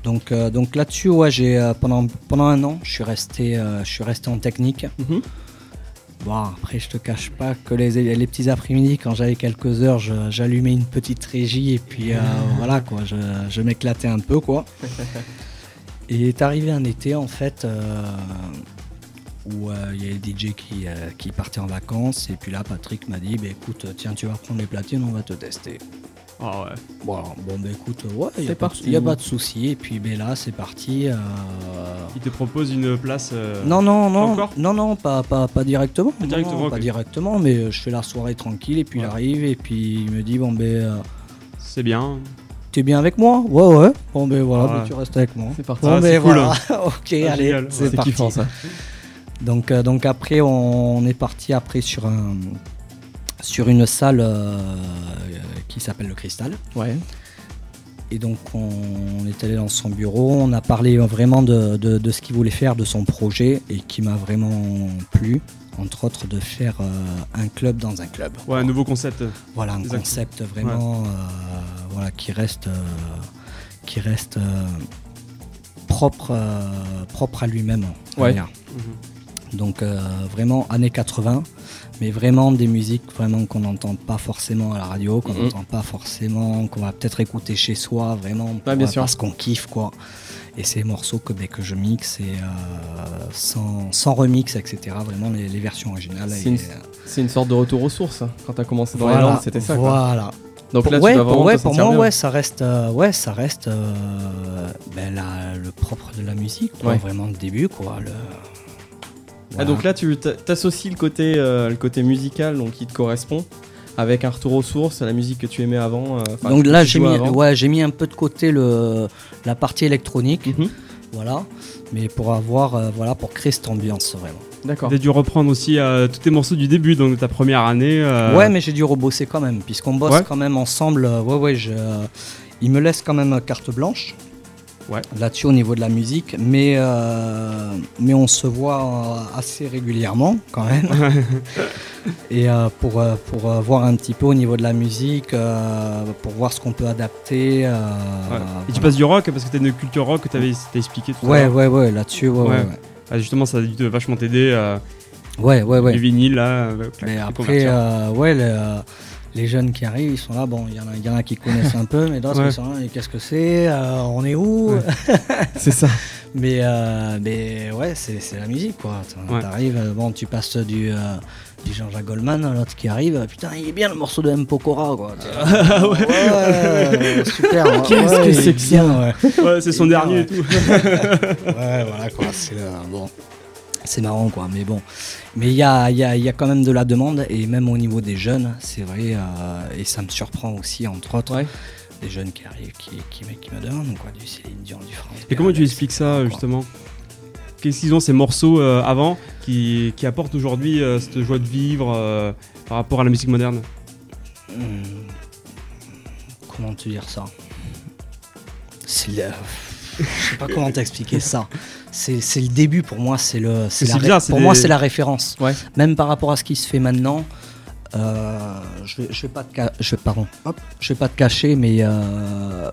Speaker 3: Donc, euh, donc là-dessus, ouais, j'ai euh, pendant, pendant un an, je suis resté, euh, je suis resté en technique.
Speaker 1: Mhm.
Speaker 3: Bon, après, je te cache pas que les, les petits après-midi, quand j'avais quelques heures, je- j'allumais une petite régie et puis euh, voilà, quoi, je, je m'éclatais un peu, quoi. Et il est arrivé un été, en fait, euh, où euh, il y a le DJ qui, euh, qui partait en vacances et puis là, Patrick m'a dit, bah, écoute, tiens, tu vas prendre les platines, on va te tester.
Speaker 4: Ah ouais.
Speaker 3: Bon, alors, bon, bah, écoute, ouais, il n'y
Speaker 1: C'est
Speaker 3: a, pas de-
Speaker 1: parti.
Speaker 3: y a pas de souci. Et puis, ben là, c'est parti. euh,
Speaker 4: Il te propose une place. euh,
Speaker 3: Non, non, non,
Speaker 4: encore
Speaker 3: non, non, pas, pas, pas directement.
Speaker 4: Pas
Speaker 3: non,
Speaker 4: directement,
Speaker 3: non,
Speaker 4: ok.
Speaker 3: pas directement, mais euh, je fais la soirée tranquille. Et puis,
Speaker 4: Ouais.
Speaker 3: il arrive et puis il me dit, bon, ben, euh,
Speaker 4: C'est bien.
Speaker 3: T'es bien avec moi Ouais, ouais. Bon, ben voilà,
Speaker 4: Ah ouais.
Speaker 3: ben, tu restes avec moi.
Speaker 1: C'est parti.
Speaker 3: Bon,
Speaker 4: Ah,
Speaker 3: ben
Speaker 4: c'est cool. Ah,
Speaker 3: voilà. ok, allez,
Speaker 4: génial.
Speaker 1: C'est
Speaker 3: c'est parti.
Speaker 1: kiffant ça.
Speaker 3: Donc, euh, donc après, on est parti après sur un sur une salle euh, qui s'appelle le Cristal.
Speaker 1: Ouais.
Speaker 3: Et donc on est allé dans son bureau, on a parlé vraiment de, de- de ce qu'il voulait faire, de son projet, et qui m'a vraiment plu, entre autres de faire euh, un club dans un club.
Speaker 4: Ouais, un nouveau concept.
Speaker 3: Voilà un
Speaker 4: Exactement.
Speaker 3: concept vraiment euh, voilà, qui reste, euh, qui reste euh, propre, euh, propre à lui-même. on va
Speaker 1: Ouais. Mhm.
Speaker 3: dire. Donc euh, vraiment années 80, mais vraiment des musiques vraiment qu'on n'entend pas forcément à la radio, qu'on
Speaker 1: Mhm.
Speaker 3: n'entend pas forcément, qu'on va peut-être écouter chez soi, vraiment
Speaker 1: Ouais, bien
Speaker 3: euh,
Speaker 1: sûr.
Speaker 3: parce qu'on kiffe quoi. Et ces morceaux que, ben, que je mixe et euh, sans, sans remix, etc. Vraiment les, les versions originales.
Speaker 1: C'est une-
Speaker 3: et, euh,
Speaker 1: C'est une sorte de retour aux sources. hein, Quand t'as commencé dans
Speaker 3: voilà,
Speaker 1: les Landes, c'était ça. quoi.
Speaker 3: Voilà.
Speaker 1: Donc là,
Speaker 3: ouais,
Speaker 1: tu vas
Speaker 3: pour,
Speaker 1: vraiment
Speaker 3: ouais,
Speaker 1: te
Speaker 3: pour
Speaker 1: sentir
Speaker 3: moi,
Speaker 1: bien.
Speaker 3: ouais, ça reste, euh, ouais, ça reste euh, ben, la- le propre de la musique, quoi,
Speaker 1: Ouais.
Speaker 3: vraiment le début, quoi. Le...
Speaker 1: Ah, donc là, tu t'a- t'associes le côté, euh, le côté musical, donc qui te correspond, avec un retour aux sources, la musique que tu aimais avant. euh, enfin,
Speaker 3: Donc
Speaker 1: que
Speaker 3: là,
Speaker 1: tu
Speaker 3: j'ai
Speaker 1: jouais
Speaker 3: mis,
Speaker 1: avant.
Speaker 3: ouais, j'ai mis un peu de côté le, la partie électronique,
Speaker 1: Mhm.
Speaker 3: voilà, mais pour avoir, euh, voilà, pour créer cette ambiance vraiment.
Speaker 1: D'accord.
Speaker 4: T'as dû reprendre aussi euh, tous tes morceaux du début, donc de ta première année. euh,
Speaker 3: Ouais, mais j'ai dû rebosser quand même, puisqu'on bosse
Speaker 4: Ouais.
Speaker 3: quand même ensemble. euh, ouais, ouais, je, il me laisse quand même euh, carte blanche.
Speaker 4: Ouais.
Speaker 3: Là-dessus au niveau de la musique, mais euh, mais on se voit euh, assez régulièrement quand même. Et euh, pour euh, pour euh, voir un petit peu au niveau de la musique, euh, pour voir ce qu'on peut adapter. euh,
Speaker 4: ouais. Et tu
Speaker 3: voilà.
Speaker 4: passes du rock parce que t'as une culture rock que t'avais t'as expliqué tout à
Speaker 3: Ouais,
Speaker 4: l'heure.
Speaker 3: ouais, ouais, là-dessus, ouais,
Speaker 4: Ouais.
Speaker 3: ouais,
Speaker 4: Ah, justement, ça a dû te vachement t'aider. euh,
Speaker 3: ouais, ouais, ouais.
Speaker 4: Les vinyles, là. euh, clac,
Speaker 3: Mais
Speaker 4: les
Speaker 3: après,
Speaker 4: convertir.
Speaker 3: euh, ouais, le- euh, les jeunes qui arrivent, ils sont là, bon, il y, en a- il y en a qui connaissent un peu, mais d'autres,
Speaker 4: Ouais.
Speaker 3: ils sont là, mais qu'est-ce que c'est, Euh, on est où
Speaker 4: Ouais.
Speaker 1: C'est ça.
Speaker 3: mais, euh, mais ouais, c'est c'est la musique, quoi. T'en-
Speaker 4: Ouais.
Speaker 3: T'arrives, euh, bon, tu passes du, euh, du Jean-Jacques Goldman à l'autre qui arrive, euh, putain, il est bien le morceau de M. Pokora, quoi. ouais, ouais, super. ouais,
Speaker 1: Qu'est-ce
Speaker 3: ouais,
Speaker 1: que
Speaker 3: il
Speaker 1: c'est
Speaker 3: est
Speaker 1: que
Speaker 3: bien, ouais.
Speaker 4: Ouais, c'est son
Speaker 3: euh, Et bien,
Speaker 4: dernier
Speaker 3: ouais.
Speaker 4: et tout.
Speaker 3: Ouais, voilà quoi, c'est le- bon. C'est marrant quoi, mais bon. Mais il y a, il y a- il y a quand même de la demande, et même au niveau des jeunes, c'est vrai, euh, et ça me surprend aussi, entre autres,
Speaker 1: Ouais.
Speaker 3: des jeunes qui arrivent, qui, qui, qui me demandent quoi, du Céline Dion, du France.
Speaker 4: Et comment tu expliques ça, euh, justement Qu'est-ce qu'ils ont ces morceaux euh, avant qui, qui apportent aujourd'hui euh, cette joie de vivre euh, par rapport à la musique moderne
Speaker 3: Hmm. Comment te dire ça C'est le- Je sais pas comment t'expliquer ça. C'est c'est le début pour moi, c'est le. c'est
Speaker 4: C'est
Speaker 3: la ré-
Speaker 4: bizarre, c'est
Speaker 3: pour moi,
Speaker 4: des-
Speaker 3: c'est la référence.
Speaker 1: Ouais.
Speaker 3: Même par rapport à ce qui se fait maintenant, euh, je vais, je vais pas te ca- je, pardon, hop, je vais pas te cacher, mais euh,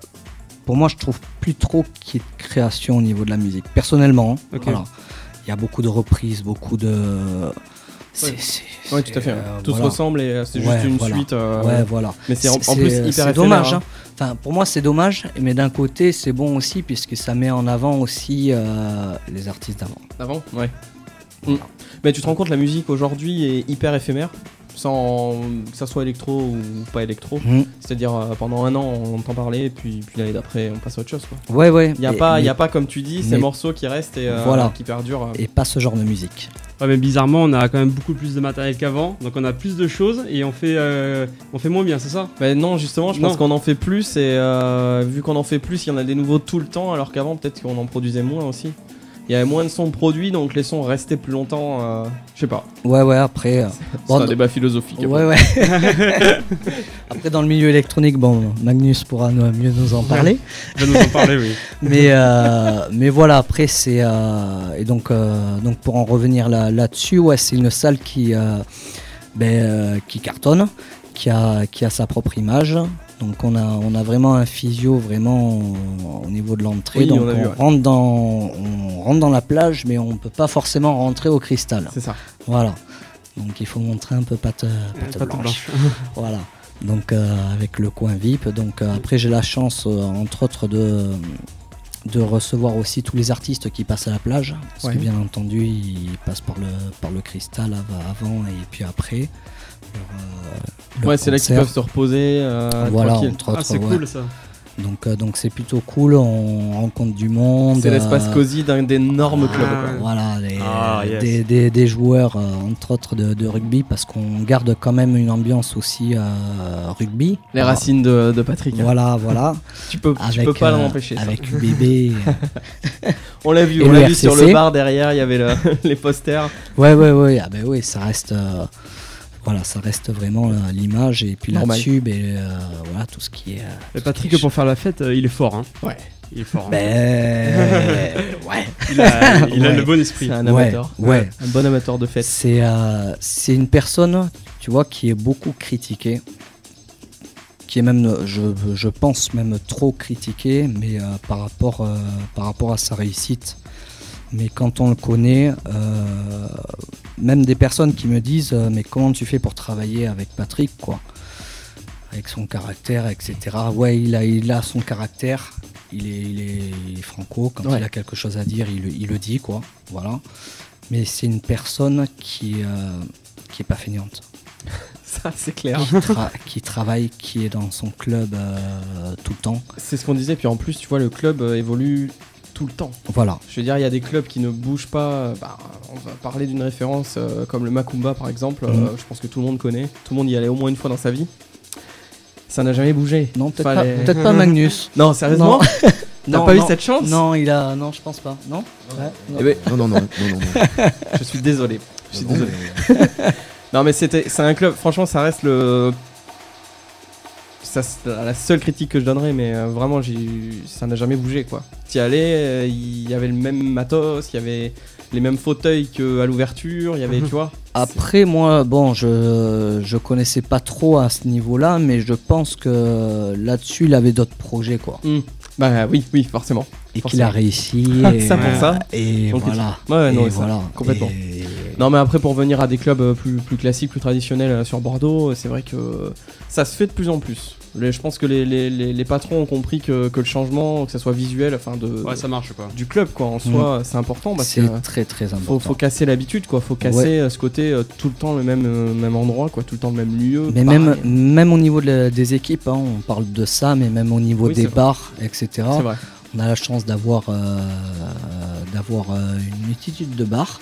Speaker 3: pour moi, je trouve plus trop qu'il y ait de création au niveau de la musique. Personnellement, hein,
Speaker 4: Ok.
Speaker 3: voilà. il y a beaucoup de reprises, beaucoup de. c'est- c'est-
Speaker 1: Ouais, tout à fait. hein.
Speaker 3: euh,
Speaker 1: Tout se
Speaker 3: voilà.
Speaker 1: ressemble et euh, c'est
Speaker 3: Ouais,
Speaker 1: juste une
Speaker 3: voilà.
Speaker 1: suite. euh,
Speaker 3: Ouais, voilà.
Speaker 1: Mais c'est en, en
Speaker 3: C'est- euh,
Speaker 1: plus
Speaker 3: c'est-
Speaker 1: hyper
Speaker 3: c'est
Speaker 1: éphémère,
Speaker 3: dommage.
Speaker 1: hein.
Speaker 3: hein. Enfin, pour moi, c'est dommage, mais d'un côté, c'est bon aussi puisque ça met en avant aussi euh, les artistes d'avant.
Speaker 1: Avant, ouais.
Speaker 3: Voilà.
Speaker 1: Mm. Mais tu te rends compte, la musique aujourd'hui est hyper éphémère, sans que ça soit électro ou pas électro.
Speaker 3: Mhm.
Speaker 1: C'est-à-dire euh, pendant un an on entend parler, et puis, puis l'année d'après on passe à autre chose. Quoi.
Speaker 3: Ouais, ouais.
Speaker 1: Il n'y a,
Speaker 3: Et-
Speaker 1: pas-
Speaker 3: mais-
Speaker 1: y a pas, comme tu dis, ces
Speaker 3: mais-
Speaker 1: morceaux qui restent et euh,
Speaker 3: Voilà.
Speaker 1: qui perdurent. euh.
Speaker 3: et pas ce genre de musique.
Speaker 4: Ouais, mais bizarrement, on a quand même beaucoup plus de matériel qu'avant, donc on a plus de choses et on fait, euh, on fait moins bien, c'est ça
Speaker 1: Mais non, justement, je pense
Speaker 4: Non.
Speaker 1: qu'on en fait plus, et euh, vu qu'on en fait plus, il y en a des nouveaux tout le temps, alors qu'avant peut-être qu'on en produisait moins aussi. Il y avait moins de sons produits, donc les sons restaient plus longtemps. euh, je sais pas.
Speaker 3: Ouais, ouais, après. euh,
Speaker 1: C'est
Speaker 3: bon,
Speaker 1: un débat philosophique.
Speaker 3: Ouais, ouais. après, dans le milieu électronique, bon, Magnus pourra nous- mieux nous en parler.
Speaker 4: Tu vas nous en parler, oui.
Speaker 3: mais, euh, mais voilà, après, c'est. euh, et donc, euh, donc, pour en revenir là- là-dessus, ouais, c'est une salle qui, euh, ben, euh, qui cartonne, qui a, qui a sa propre image. Donc, on a, on a vraiment un physio vraiment au niveau de l'entrée.
Speaker 1: Oui,
Speaker 3: donc,
Speaker 1: on a vu, ouais.
Speaker 3: rentre dans, on rentre dans la plage, mais on peut pas forcément rentrer au cristal.
Speaker 1: C'est ça.
Speaker 3: Voilà. Donc il faut montrer un peu pâte, pâte
Speaker 4: Pas tout
Speaker 3: blanche.
Speaker 4: blanche.
Speaker 3: Voilà. Donc euh, avec le coin VIP. Donc euh, après j'ai la chance euh, entre autres de de recevoir aussi tous les artistes qui passent à la plage. Parce
Speaker 1: Ouais.
Speaker 3: que bien entendu ils passent par le par le cristal av- avant et puis après. Leur, euh, leur
Speaker 1: ouais, c'est là qu'ils
Speaker 3: concert.
Speaker 1: peuvent se reposer. euh,
Speaker 3: Voilà,
Speaker 1: tranquille.
Speaker 3: entre
Speaker 4: Ah,
Speaker 3: autres.
Speaker 4: c'est
Speaker 3: ouais.
Speaker 4: cool ça.
Speaker 3: Donc euh, donc c'est plutôt cool, on rencontre du monde.
Speaker 1: C'est l'espace
Speaker 3: euh,
Speaker 1: cosy d'un d'énorme club.
Speaker 4: Ah.
Speaker 1: quoi.
Speaker 3: Voilà, des,
Speaker 4: Ah, yes.
Speaker 3: des, des- des joueurs, euh, entre autres de, de rugby, parce qu'on garde quand même une ambiance aussi euh, rugby.
Speaker 1: Les
Speaker 3: Alors,
Speaker 1: racines de, de Patrick. hein.
Speaker 3: Voilà, voilà.
Speaker 1: Tu peux, tu peux pas
Speaker 3: euh,
Speaker 1: l'en empêcher. ça.
Speaker 3: Avec bébé.
Speaker 1: On l'a vu,
Speaker 3: et
Speaker 1: on
Speaker 3: le
Speaker 1: l'a vu sur
Speaker 3: RCC.
Speaker 1: le bar derrière, il y avait le- les posters.
Speaker 3: ouais, ouais, ouais. Ah ben oui, ça reste. euh, voilà, ça reste vraiment euh, l'image et puis
Speaker 1: Normal.
Speaker 3: là-dessus, ben, euh, voilà tout ce qui est. euh,
Speaker 4: Mais Patrick, pour faire la fête, euh, il est fort. Hein.
Speaker 1: Ouais.
Speaker 4: Il est fort. hein.
Speaker 3: ben, ouais.
Speaker 4: Il a, il a
Speaker 3: Ouais.
Speaker 4: le bon esprit.
Speaker 1: C'est un
Speaker 3: ouais,
Speaker 1: amateur.
Speaker 3: ouais.
Speaker 1: Un bon amateur de fête.
Speaker 3: C'est euh, c'est une personne, tu vois, qui est beaucoup critiquée, qui est même, je, je pense même trop critiquée, mais euh, par, rapport, euh, par rapport à sa réussite. Mais quand on le connaît, euh, même des personnes qui me disent, euh, mais comment tu fais pour travailler avec Patrick, quoi Avec son caractère, etc. Ouais, il a, il a son caractère. Il est, il est, il est franco. Quand
Speaker 1: Ouais.
Speaker 3: il a quelque chose à dire, il, le- il le dit, quoi. Voilà mais c'est une personne qui euh, qui est pas fainéante,
Speaker 1: Ça, c'est clair.
Speaker 3: qui, tra- qui travaille, qui est dans son club euh, tout le temps.
Speaker 1: C'est ce qu'on disait, puis en plus, tu vois, le club euh, évolue tout le temps.
Speaker 3: Voilà.
Speaker 1: Je veux dire, il y a des clubs qui ne bougent pas. euh, bah, on va parler d'une référence euh, comme le Macumba, par exemple. euh,
Speaker 3: Mhm.
Speaker 1: je pense que tout le monde connaît. Tout le monde y allait au moins une fois dans sa vie. Ça n'a jamais bougé.
Speaker 3: Non, peut-être
Speaker 1: Fallait-
Speaker 3: pas, peut-être pas Magnus.
Speaker 1: Non, sérieusement
Speaker 3: Non.
Speaker 1: T'as
Speaker 3: Non,
Speaker 1: pas eu
Speaker 3: non.
Speaker 1: cette chance
Speaker 3: Non, il a, non, je pense pas. Non. Ouais, non.
Speaker 1: Eh ben,
Speaker 2: Non, non, non, non, non, non.
Speaker 1: Je suis désolé. Je suis
Speaker 3: Ah
Speaker 2: Non, non,
Speaker 1: désolé.
Speaker 2: mais-
Speaker 1: Non, mais c'était, c'est un club. Franchement, ça reste le. Ça, c'est la seule critique que je donnerais, mais euh, vraiment, j'ai... ça n'a jamais bougé quoi. T'y allais, euh, il y avait le même matos, il y avait les mêmes fauteuils qu'à l'ouverture, il y avait,
Speaker 4: Mhm.
Speaker 1: tu vois.
Speaker 3: Après, moi, bon, je je connaissais pas trop à ce niveau-là, mais je pense que là-dessus, il avait d'autres projets, quoi,
Speaker 1: Hmm. Bah oui, oui, forcément.
Speaker 3: et
Speaker 1: Forcément.
Speaker 3: qu'il a réussi. et,
Speaker 1: ça pour
Speaker 3: euh,
Speaker 1: ça.
Speaker 3: Et
Speaker 1: Donc,
Speaker 3: voilà.
Speaker 1: Ouais, non,
Speaker 3: Et
Speaker 1: ça,
Speaker 3: voilà.
Speaker 1: complètement.
Speaker 3: Et-
Speaker 1: Non, mais après, pour venir à des clubs euh, plus, plus classiques, plus traditionnels euh, sur Bordeaux, euh, c'est vrai que ça se fait de plus en plus. Les- je pense que les, les- les- les patrons ont compris que, que le changement, que ça soit visuel, enfin de,
Speaker 4: Ouais, ça marche quoi.
Speaker 1: du club quoi, en soi, c'est important parce que
Speaker 3: C'est
Speaker 1: euh,
Speaker 3: très très
Speaker 1: faut,
Speaker 3: important.
Speaker 1: faut casser l'habitude quoi, faut casser
Speaker 3: Ouais.
Speaker 1: euh, ce côté euh, tout le temps le même, euh, même endroit quoi, tout le temps le même lieu.
Speaker 3: Mais
Speaker 1: pareil.
Speaker 3: même, même au niveau de la- des équipes, hein, on parle de ça, mais même au niveau
Speaker 1: Oui, c'est
Speaker 3: des
Speaker 1: vrai.
Speaker 3: bars, etc.
Speaker 1: c'est vrai.
Speaker 3: On a la chance d'avoir euh, d'avoir euh, une multitude de bars.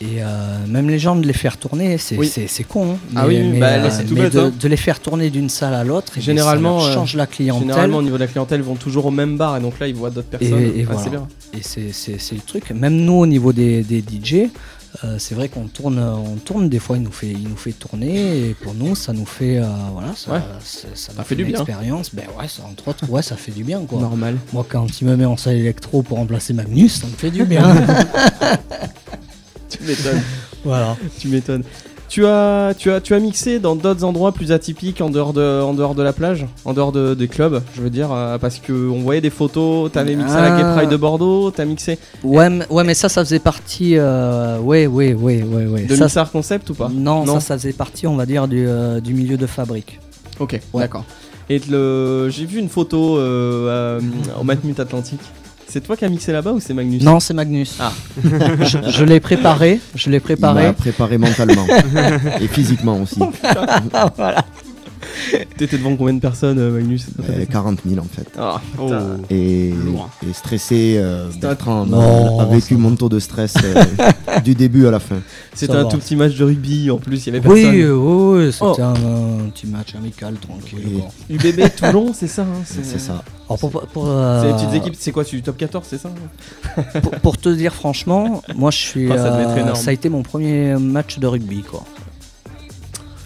Speaker 3: Et euh, même les gens de les faire tourner, c'est
Speaker 1: Oui.
Speaker 3: c'est- c'est con. hein,
Speaker 1: Ah oui, oui, bah, là, c'est tout
Speaker 3: mais
Speaker 1: bête,
Speaker 3: de,
Speaker 1: hein.
Speaker 3: de les faire tourner d'une salle à l'autre, et bien,
Speaker 1: Généralement,
Speaker 3: ça
Speaker 1: euh,
Speaker 3: leur change la clientèle.
Speaker 1: Généralement au niveau de la clientèle, ils vont toujours au même bar et donc là ils voient d'autres personnes.
Speaker 3: et
Speaker 1: Ah,
Speaker 3: voilà.
Speaker 1: c'est bien.
Speaker 3: Et c'est- c'est c'est le truc. Même nous, au niveau des, des DJ, euh, c'est vrai qu'on tourne, on tourne. Des fois, il nous fait, il nous fait tourner. Et pour nous, ça nous fait, euh, voilà, ça,
Speaker 1: Ouais.
Speaker 3: ça, nous
Speaker 1: fait du
Speaker 3: une
Speaker 1: bien.
Speaker 3: Expérience. Ben ouais, ça, entre autres, ouais, ça fait du bien quoi.
Speaker 1: Normal.
Speaker 3: Moi, quand il me met en salle électro pour remplacer Magnus, ça me fait du bien.
Speaker 1: Tu m'étonnes.
Speaker 3: voilà.
Speaker 1: tu m'étonnes. Tu as, tu, as, tu as mixé dans d'autres endroits plus atypiques en dehors de, en dehors de la plage, en dehors de, des clubs, je veux dire, euh, parce que on voyait des photos, t'avais mixé à la Gay
Speaker 3: Ah.
Speaker 1: Pride de Bordeaux, t'as mixé
Speaker 3: Ouais, mais- ouais, mais ça, ça faisait partie. euh, ouais, ouais, ouais, ouais, ouais.
Speaker 1: de
Speaker 3: Ça,
Speaker 1: Mixar Concept ou pas
Speaker 3: non,
Speaker 1: Non.
Speaker 3: ça, ça faisait partie, on va dire, du, euh, du milieu de fabrique.
Speaker 1: Ok,
Speaker 3: Ouais.
Speaker 1: d'accord. Et le, j'ai vu une photo euh, euh, au Matmut Atlantique. C'est toi qui as mixé là-bas ou c'est Magnus
Speaker 3: Non, c'est Magnus.
Speaker 1: Ah. Bah.
Speaker 3: je je l'ai préparé. Je l'ai
Speaker 2: Il m'a
Speaker 3: préparé.
Speaker 2: préparé mentalement et physiquement aussi. Euh,
Speaker 1: T'étais devant combien de personnes, euh, Magnus
Speaker 2: Euh, 40 000 en fait.
Speaker 1: Ah,
Speaker 4: Oh.
Speaker 1: putain.
Speaker 2: Et,
Speaker 4: Lourd.
Speaker 2: et stressé, euh,
Speaker 1: C'était un-
Speaker 2: Bertrand
Speaker 3: Non,
Speaker 2: euh, a vécu mon taux de stress euh, du début à la fin.
Speaker 1: C'était
Speaker 3: Ça
Speaker 1: un
Speaker 3: va.
Speaker 1: tout petit match de rugby en plus, il y avait
Speaker 3: Oui,
Speaker 1: personne.
Speaker 3: euh, oui, oui, c'était
Speaker 1: Oh.
Speaker 3: un, un petit match amical, euh, tranquille.
Speaker 2: Oui.
Speaker 3: quoi.
Speaker 1: UBB Toulon, c'est ça hein,
Speaker 2: C'est ça.
Speaker 3: Alors, pour, pour, euh,
Speaker 1: C'est les petites équipes, c'est quoi, tu top 14, c'est ça hein?
Speaker 3: pour, pour te dire franchement, moi je suis.
Speaker 1: Enfin, Ah, ça devait être
Speaker 3: euh,
Speaker 1: énorme.
Speaker 3: ça a été mon premier match de rugby, quoi.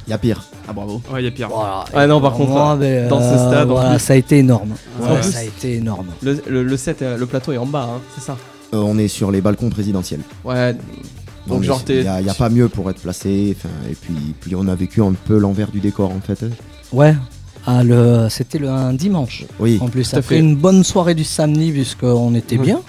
Speaker 2: Il y a pire.
Speaker 1: Ah bravo.
Speaker 4: Ouais, il y a pire.
Speaker 3: Voilà.
Speaker 1: Ah
Speaker 3: Et
Speaker 1: non, par
Speaker 3: pour
Speaker 1: contre,
Speaker 3: moi, ben,
Speaker 1: dans ce
Speaker 3: euh,
Speaker 1: stade, en
Speaker 3: voilà,
Speaker 1: plus.
Speaker 3: ça a été énorme.
Speaker 4: Ouais.
Speaker 3: Ouais,
Speaker 1: En plus.
Speaker 3: ça a été énorme.
Speaker 1: Le, le, le set, euh, le plateau est en bas, hein, c'est ça
Speaker 2: Euh, on est sur les balcons présidentiels.
Speaker 1: Ouais.
Speaker 2: Non,
Speaker 1: Donc
Speaker 2: mais
Speaker 1: genre
Speaker 2: c'est-
Speaker 1: t'es...
Speaker 2: Il n'y a, il y a pas mieux pour être placé. enfin, Et puis, puis on a vécu un peu l'envers du décor en fait.
Speaker 3: Ouais. Ah, le, c'était le, un dimanche.
Speaker 2: Oui.
Speaker 3: En plus,
Speaker 1: tout à
Speaker 3: après
Speaker 1: fait.
Speaker 3: une bonne soirée du samedi, puisqu'on était
Speaker 4: Ouais.
Speaker 3: bien.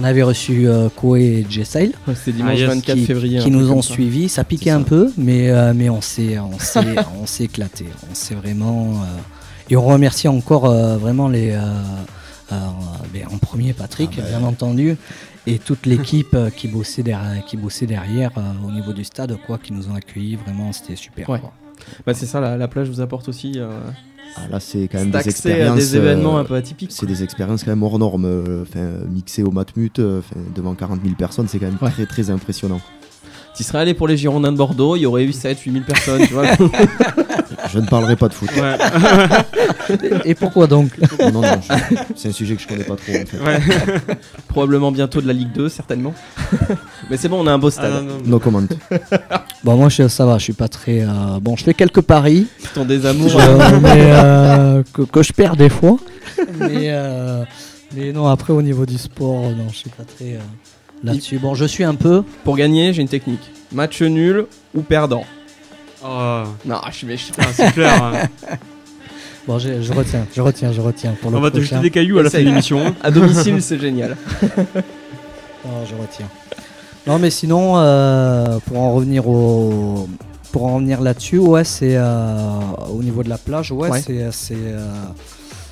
Speaker 3: On avait reçu euh, Koé et Jessile.
Speaker 1: Ouais, C'était dimanche
Speaker 4: Ah, yes.
Speaker 1: 24
Speaker 3: qui,
Speaker 1: février.
Speaker 3: qui
Speaker 1: un truc
Speaker 3: nous
Speaker 1: comme
Speaker 3: ont
Speaker 1: ça.
Speaker 3: suivis. Ça
Speaker 2: C'est
Speaker 3: piquait
Speaker 2: ça.
Speaker 3: un peu, mais, euh, mais on s'est on s'est- on s'est éclaté. On s'est vraiment. euh, et on remercie encore euh, vraiment les. euh, euh, ben, en premier Patrick,
Speaker 2: Ah ben.
Speaker 3: bien entendu, et toute l'équipe euh, qui bossait derrière, qui bossait derrière euh, au niveau du stade, quoi, qui nous ont accueillis. Vraiment, c'était super.
Speaker 1: Ouais.
Speaker 3: quoi.
Speaker 1: Bah c'est ça, la, la plage vous apporte aussi euh,
Speaker 2: Ah, là, c'est quand même
Speaker 1: C'est accès
Speaker 2: des
Speaker 1: à
Speaker 2: expériences.
Speaker 1: des événements
Speaker 2: euh,
Speaker 1: un peu atypiques.
Speaker 2: C'est des expériences quand même hors normes. euh, Enfin, mixer au Matmut euh, enfin, devant 40 000 personnes, c'est quand même
Speaker 1: Ouais.
Speaker 2: très très impressionnant.
Speaker 1: Tu serais allé pour les Girondins de Bordeaux, il y aurait eu 7 8000 personnes, tu vois.
Speaker 2: Je ne parlerai pas de foot.
Speaker 4: Ouais,
Speaker 3: Et pourquoi donc
Speaker 2: Non, non, je- c'est un sujet que je connais pas trop. en fait.
Speaker 4: ouais.
Speaker 1: Probablement bientôt de la Ligue 2, certainement. Mais c'est bon, on a un beau
Speaker 4: Ah,
Speaker 1: stade.
Speaker 4: non, non, non.
Speaker 2: No comment.
Speaker 3: Bon, moi, je, ça va, je suis pas très. euh, bon, je fais quelques paris,
Speaker 1: Ton désamour.
Speaker 3: je- mais, euh, que, que je perds des fois. Mais, euh, mais non, après, au niveau du sport, euh, non, je suis pas très. euh, Là-dessus, bon, je suis un peu.
Speaker 1: Pour gagner, j'ai une technique. Match nul ou perdant.
Speaker 4: Oh,
Speaker 1: Non, je suis méchant.
Speaker 4: ah, c'est clair. hein.
Speaker 3: Bon, je, je retiens, je retiens, je retiens pour le
Speaker 4: On va te jeter
Speaker 3: prochain.
Speaker 4: des cailloux à la fin
Speaker 1: Essaye.
Speaker 4: de l'émission. hein.
Speaker 1: À domicile, c'est génial.
Speaker 3: Non, Ah, je retiens. Non, mais sinon, euh, pour en revenir au, pour en revenir là-dessus, ouais, c'est euh, au niveau de la plage, ouais,
Speaker 1: Ouais.
Speaker 3: c'est c'est euh,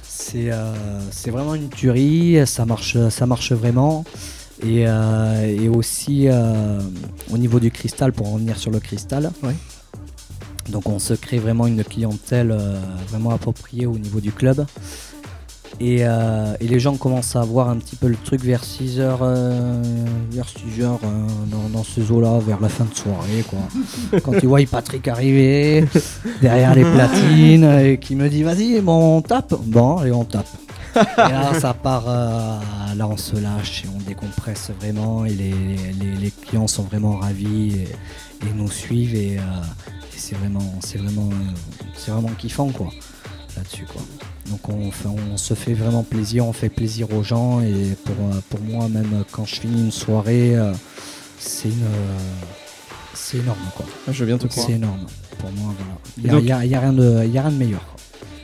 Speaker 3: c'est euh, c'est vraiment une tuerie. Ça marche, ça marche vraiment. Et, euh, et aussi euh, au niveau du cristal, pour en revenir sur le cristal.
Speaker 1: Ouais.
Speaker 3: Donc on se crée vraiment une clientèle euh, vraiment appropriée au niveau du club. Et, euh, et les gens commencent à voir un petit peu le truc vers 6h vers 6 heures, euh, dans, dans ces eaux-là, vers la fin de soirée. Quoi. Quand ils voient Patrick arriver derrière les platines et qui me dit vas-y, bon, on tape. Bon, et on tape. Et là, ça part, euh, là on se lâche et on décompresse vraiment et les, les- les clients sont vraiment ravis et, et nous suivent et, euh, et c'est vraiment, c'est vraiment, euh, c'est vraiment kiffant quoi là-dessus quoi. Donc on, fait- on se fait vraiment plaisir, on fait plaisir aux gens et pour, euh, pour moi même quand je finis une soirée, euh, c'est une, euh, c'est énorme quoi.
Speaker 1: Je viens te croire.
Speaker 3: C'est énorme pour moi voilà. Il
Speaker 4: Et donc-
Speaker 3: n'y a, il y a rien de il y a rien de meilleur. quoi.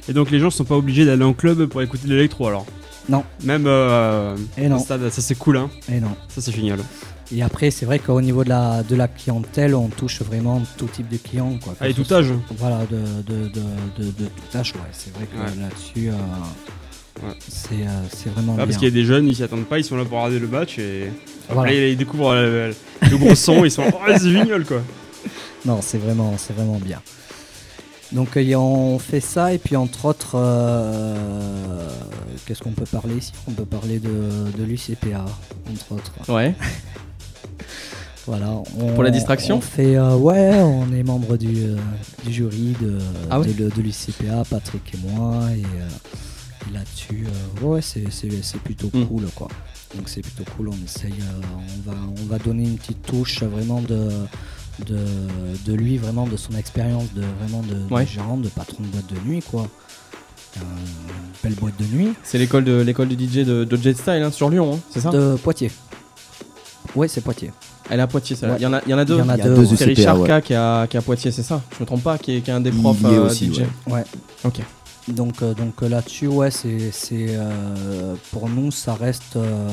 Speaker 4: Et donc les gens sont pas obligés d'aller en club pour écouter de l'électro alors.
Speaker 3: Non.
Speaker 4: Même euh,
Speaker 3: Et non,
Speaker 4: au stade, ça c'est cool hein.
Speaker 3: et non.
Speaker 4: Ça c'est génial.
Speaker 3: Et après, c'est vrai qu'au niveau de la, de la clientèle, on touche vraiment tout type de clients. Quoi.
Speaker 4: Ah, et tout âge.
Speaker 3: Voilà, de, de, de, de, de tout âge, ouais. C'est vrai que
Speaker 4: Ouais.
Speaker 3: là-dessus, euh,
Speaker 4: Ouais.
Speaker 3: c'est, euh, c'est vraiment
Speaker 4: Ah, parce
Speaker 3: bien.
Speaker 4: qu'il y a des jeunes, ils s'y attendent pas, ils sont là pour regarder le match et
Speaker 3: Voilà.
Speaker 4: Après, ils découvrent euh, le gros son, ils sont oh c'est génial quoi.
Speaker 3: Non, c'est vraiment, c'est vraiment bien. Donc, euh, y a- on fait ça, et puis entre autres, euh, qu'est-ce qu'on peut parler ici On peut parler de, de l'UCPA, entre autres.
Speaker 1: Ouais.
Speaker 3: Voilà, on-
Speaker 1: Pour la distraction
Speaker 3: On fait, euh, ouais, on est membre du, euh, du jury de,
Speaker 1: Ah ouais
Speaker 3: de, le- de l'UCPA, Patrick et moi. Et, euh, et là-dessus, euh, ouais, c'est, c'est- c'est plutôt
Speaker 1: Mm.
Speaker 3: cool, quoi. Donc c'est plutôt cool, on essaye, euh, on, va, on va donner une petite touche euh, vraiment de, de, de lui, vraiment de son expérience, de vraiment de, de
Speaker 1: Ouais.
Speaker 3: gérant, de patron de boîte de nuit, quoi. Euh, Une belle boîte de nuit.
Speaker 1: C'est l'école de l'école du DJ de, de Jet Style hein, sur Lyon, hein, c'est ça
Speaker 3: De Poitiers. Ouais, c'est Poitiers.
Speaker 1: Elle est à Poitiers, celle-là.
Speaker 3: Ouais.
Speaker 1: Il y en a, il y en a deux.
Speaker 3: Il y en a
Speaker 2: Il y a
Speaker 3: deux,
Speaker 2: deux
Speaker 3: ouais.
Speaker 1: C'est
Speaker 2: UCPA,
Speaker 1: Richard
Speaker 2: ouais.
Speaker 1: K qui est à, qui est à Poitiers, c'est ça Je me trompe pas, qui est, qui est un des
Speaker 2: Il y
Speaker 1: profs
Speaker 2: est
Speaker 1: euh,
Speaker 2: aussi,
Speaker 1: DJ.
Speaker 2: ouais.
Speaker 3: Ouais.
Speaker 1: Ok.
Speaker 3: Donc, euh, donc euh, là-dessus, ouais, c'est, c'est, euh, pour nous, ça reste, euh,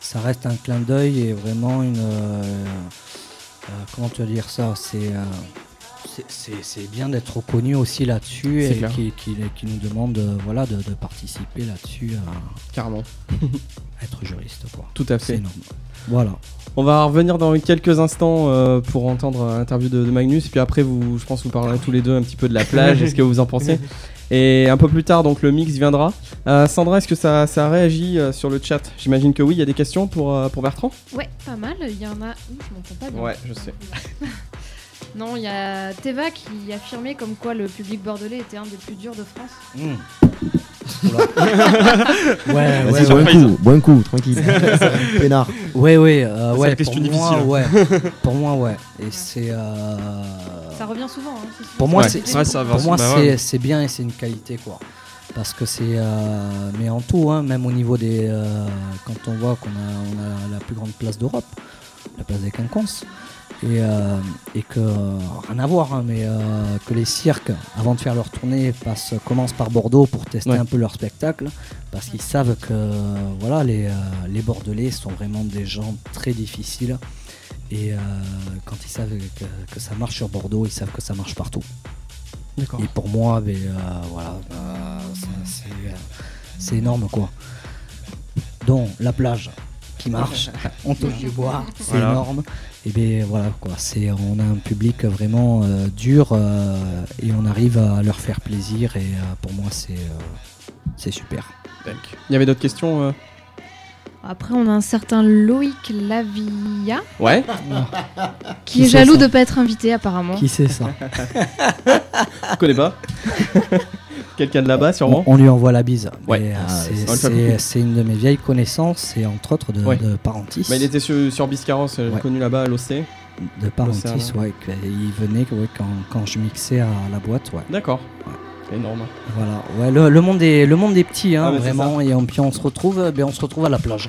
Speaker 3: ça reste un clin d'œil et vraiment une. euh, euh, comment te dire ça c'est, euh, c'est, c'est- c'est bien d'être reconnu aussi là-dessus
Speaker 1: C'est
Speaker 3: et
Speaker 1: clair.
Speaker 3: qui, qui- qui nous demande euh, voilà, de, de participer là-dessus à
Speaker 1: Carrément.
Speaker 3: être juriste. Quoi.
Speaker 1: Tout à
Speaker 3: C'est
Speaker 1: fait.
Speaker 3: énorme. Voilà.
Speaker 1: On va revenir dans quelques instants euh, pour entendre euh, l'interview de, de Magnus. Et puis après, vous, je pense que vous parlerez tous les deux un petit peu de la plage et ce que vous en pensez. Et un peu plus tard, donc le mix viendra. Euh, Sandra, est-ce que ça, ça réagit euh, sur le chat J'imagine que oui. Il y a des questions pour, euh, pour Bertrand
Speaker 5: Ouais, pas mal. Il y en a. Ouh, je m'entends pas bien.
Speaker 1: je sais.
Speaker 5: Non, il y a Teva qui affirmait comme quoi le public bordelais était un des plus durs de France.
Speaker 1: Mmh.
Speaker 3: Oula. ouais, ouais,
Speaker 2: Vas-y, bon
Speaker 4: ouais, ouais.
Speaker 2: coup, bon coup, tranquille. Pénard.
Speaker 3: Ouais, ouais, euh,
Speaker 4: C'est
Speaker 3: ouais,
Speaker 4: la question
Speaker 3: pour moi,
Speaker 4: difficile.
Speaker 3: ouais. pour moi, ouais. Et c'est. euh,
Speaker 5: Ça revient souvent. hein, c'est souvent
Speaker 3: Pour moi,
Speaker 5: ce
Speaker 4: Ouais.
Speaker 5: que
Speaker 3: c'est
Speaker 5: j'ai
Speaker 4: Ouais,
Speaker 5: dit.
Speaker 4: ça va.
Speaker 3: pour moi,
Speaker 4: bah
Speaker 3: c'est-
Speaker 4: ouais.
Speaker 3: c'est bien et c'est une qualité, quoi. Parce que c'est. euh, mais en tout, hein, même au niveau des. euh, quand on voit qu'on a, on a la plus grande place d'Europe, la place des Quinconces, et, euh, et que. Rien à voir, hein, mais euh, que les cirques, avant de faire leur tournée, passent, commencent par Bordeaux pour tester
Speaker 1: Ouais.
Speaker 3: un peu leur spectacle. Parce qu'ils savent que voilà, les, euh, les Bordelais sont vraiment des gens très difficiles. Et euh, quand ils savent que, que ça marche sur Bordeaux, ils savent que ça marche partout.
Speaker 1: D'accord.
Speaker 3: Et pour moi, ben, euh, voilà, euh, ça, c'est, euh, c'est énorme quoi. Donc la plage, qui marche, on touche du bois, c'est
Speaker 4: Voilà.
Speaker 3: énorme. Et bien voilà quoi, c'est on a un public vraiment euh, dur euh, et on arrive à leur faire plaisir et euh, pour moi c'est euh, c'est super.
Speaker 1: Il y avait d'autres questions euh
Speaker 5: Après, on a un certain Loïc Lavilla
Speaker 1: Ouais.
Speaker 5: qui,
Speaker 3: Qui
Speaker 5: est
Speaker 3: c'est
Speaker 5: jaloux
Speaker 3: ça
Speaker 5: de pas être invité apparemment.
Speaker 3: Qui c'est ça
Speaker 1: Je connais pas. Quelqu'un de là-bas,
Speaker 3: on,
Speaker 1: sûrement.
Speaker 3: on lui envoie la bise.
Speaker 1: Ouais.
Speaker 3: Mais, euh,
Speaker 1: Ah,
Speaker 3: c'est-
Speaker 1: on le fait
Speaker 3: c'est- c'est une de mes vieilles connaissances et entre autres de,
Speaker 1: Ouais.
Speaker 3: de Parentis.
Speaker 1: Bah, il était sur, sur Biscarros, euh,
Speaker 3: Ouais.
Speaker 1: connu là-bas à l'OC.
Speaker 3: De Parentis,
Speaker 1: L'Océan.
Speaker 3: ouais, que- il venait ouais, quand, quand je mixais à la boîte, ouais.
Speaker 1: D'accord. Énorme.
Speaker 3: Voilà, ouais, le, le monde est le monde est petit, hein,
Speaker 1: Ah, mais c'est
Speaker 3: vraiment, et on, puis on se retrouve, euh, ben on se retrouve à la plage.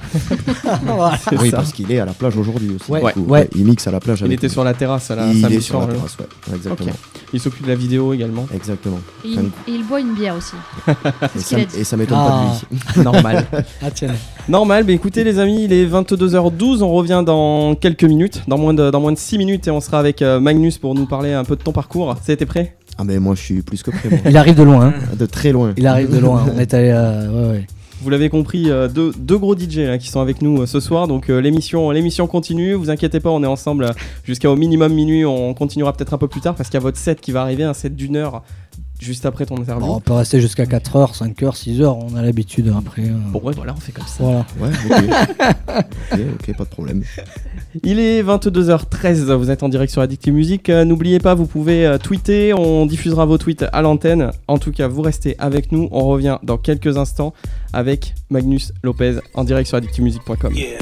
Speaker 3: Voilà.
Speaker 1: C'est
Speaker 2: oui,
Speaker 1: ça.
Speaker 2: parce qu'il est à la plage aujourd'hui aussi.
Speaker 3: Ouais,
Speaker 2: du coup,
Speaker 3: ouais.
Speaker 2: Il mixe à la plage
Speaker 1: Il
Speaker 2: avec
Speaker 1: était
Speaker 2: nous.
Speaker 1: sur la terrasse là,
Speaker 2: Il
Speaker 1: samedi
Speaker 2: est sur
Speaker 1: soir,
Speaker 2: la
Speaker 1: là.
Speaker 2: terrasse, ouais. Ouais, Exactement.
Speaker 1: Il s'occupe de la vidéo également.
Speaker 2: Exactement.
Speaker 5: Et il, et il boit une bière aussi.
Speaker 2: Et
Speaker 5: qu'il
Speaker 2: ça,
Speaker 5: a dit.
Speaker 2: et ça m'étonne
Speaker 3: Ah.
Speaker 2: pas de lui.
Speaker 1: Normal.
Speaker 3: Ah tiens,
Speaker 1: Normal, mais écoutez les amis, il est 22h12, on revient dans quelques minutes, dans moins de, dans moins de 6 minutes et on sera avec euh, Magnus pour nous parler un peu de ton parcours. Ça a été prêt
Speaker 2: Ah, mais moi, je suis plus que prêt. moi.
Speaker 3: il arrive de loin. hein.
Speaker 2: de très loin.
Speaker 3: Il arrive de loin. On est allé, euh, ouais, ouais.
Speaker 1: Vous l'avez compris, euh, deux, deux gros DJ là, qui sont avec nous euh, ce soir, donc euh, l'émission l'émission continue, vous inquiétez pas, on est ensemble euh, jusqu'à au minimum minuit, on continuera peut-être un peu plus tard parce qu'il y a votre set qui va arriver, un set d'une heure juste après ton interview.
Speaker 3: Ah Bon, on peut rester jusqu'à 4h, 5h, 6h, on a l'habitude hein, après. euh,
Speaker 1: Bon, ouais, voilà, on fait comme ça.
Speaker 3: Voilà.
Speaker 2: Ouais, ok. ok, ok, pas de problème.
Speaker 1: Il est 22h13, vous êtes en direct sur Addictive Music. Euh, N'oubliez pas, vous pouvez euh, tweeter, on diffusera vos tweets à l'antenne. En tout cas, vous restez avec nous, on revient dans quelques instants avec Magnus Lopez en direct sur addictivemusic.com.
Speaker 6: Yeah.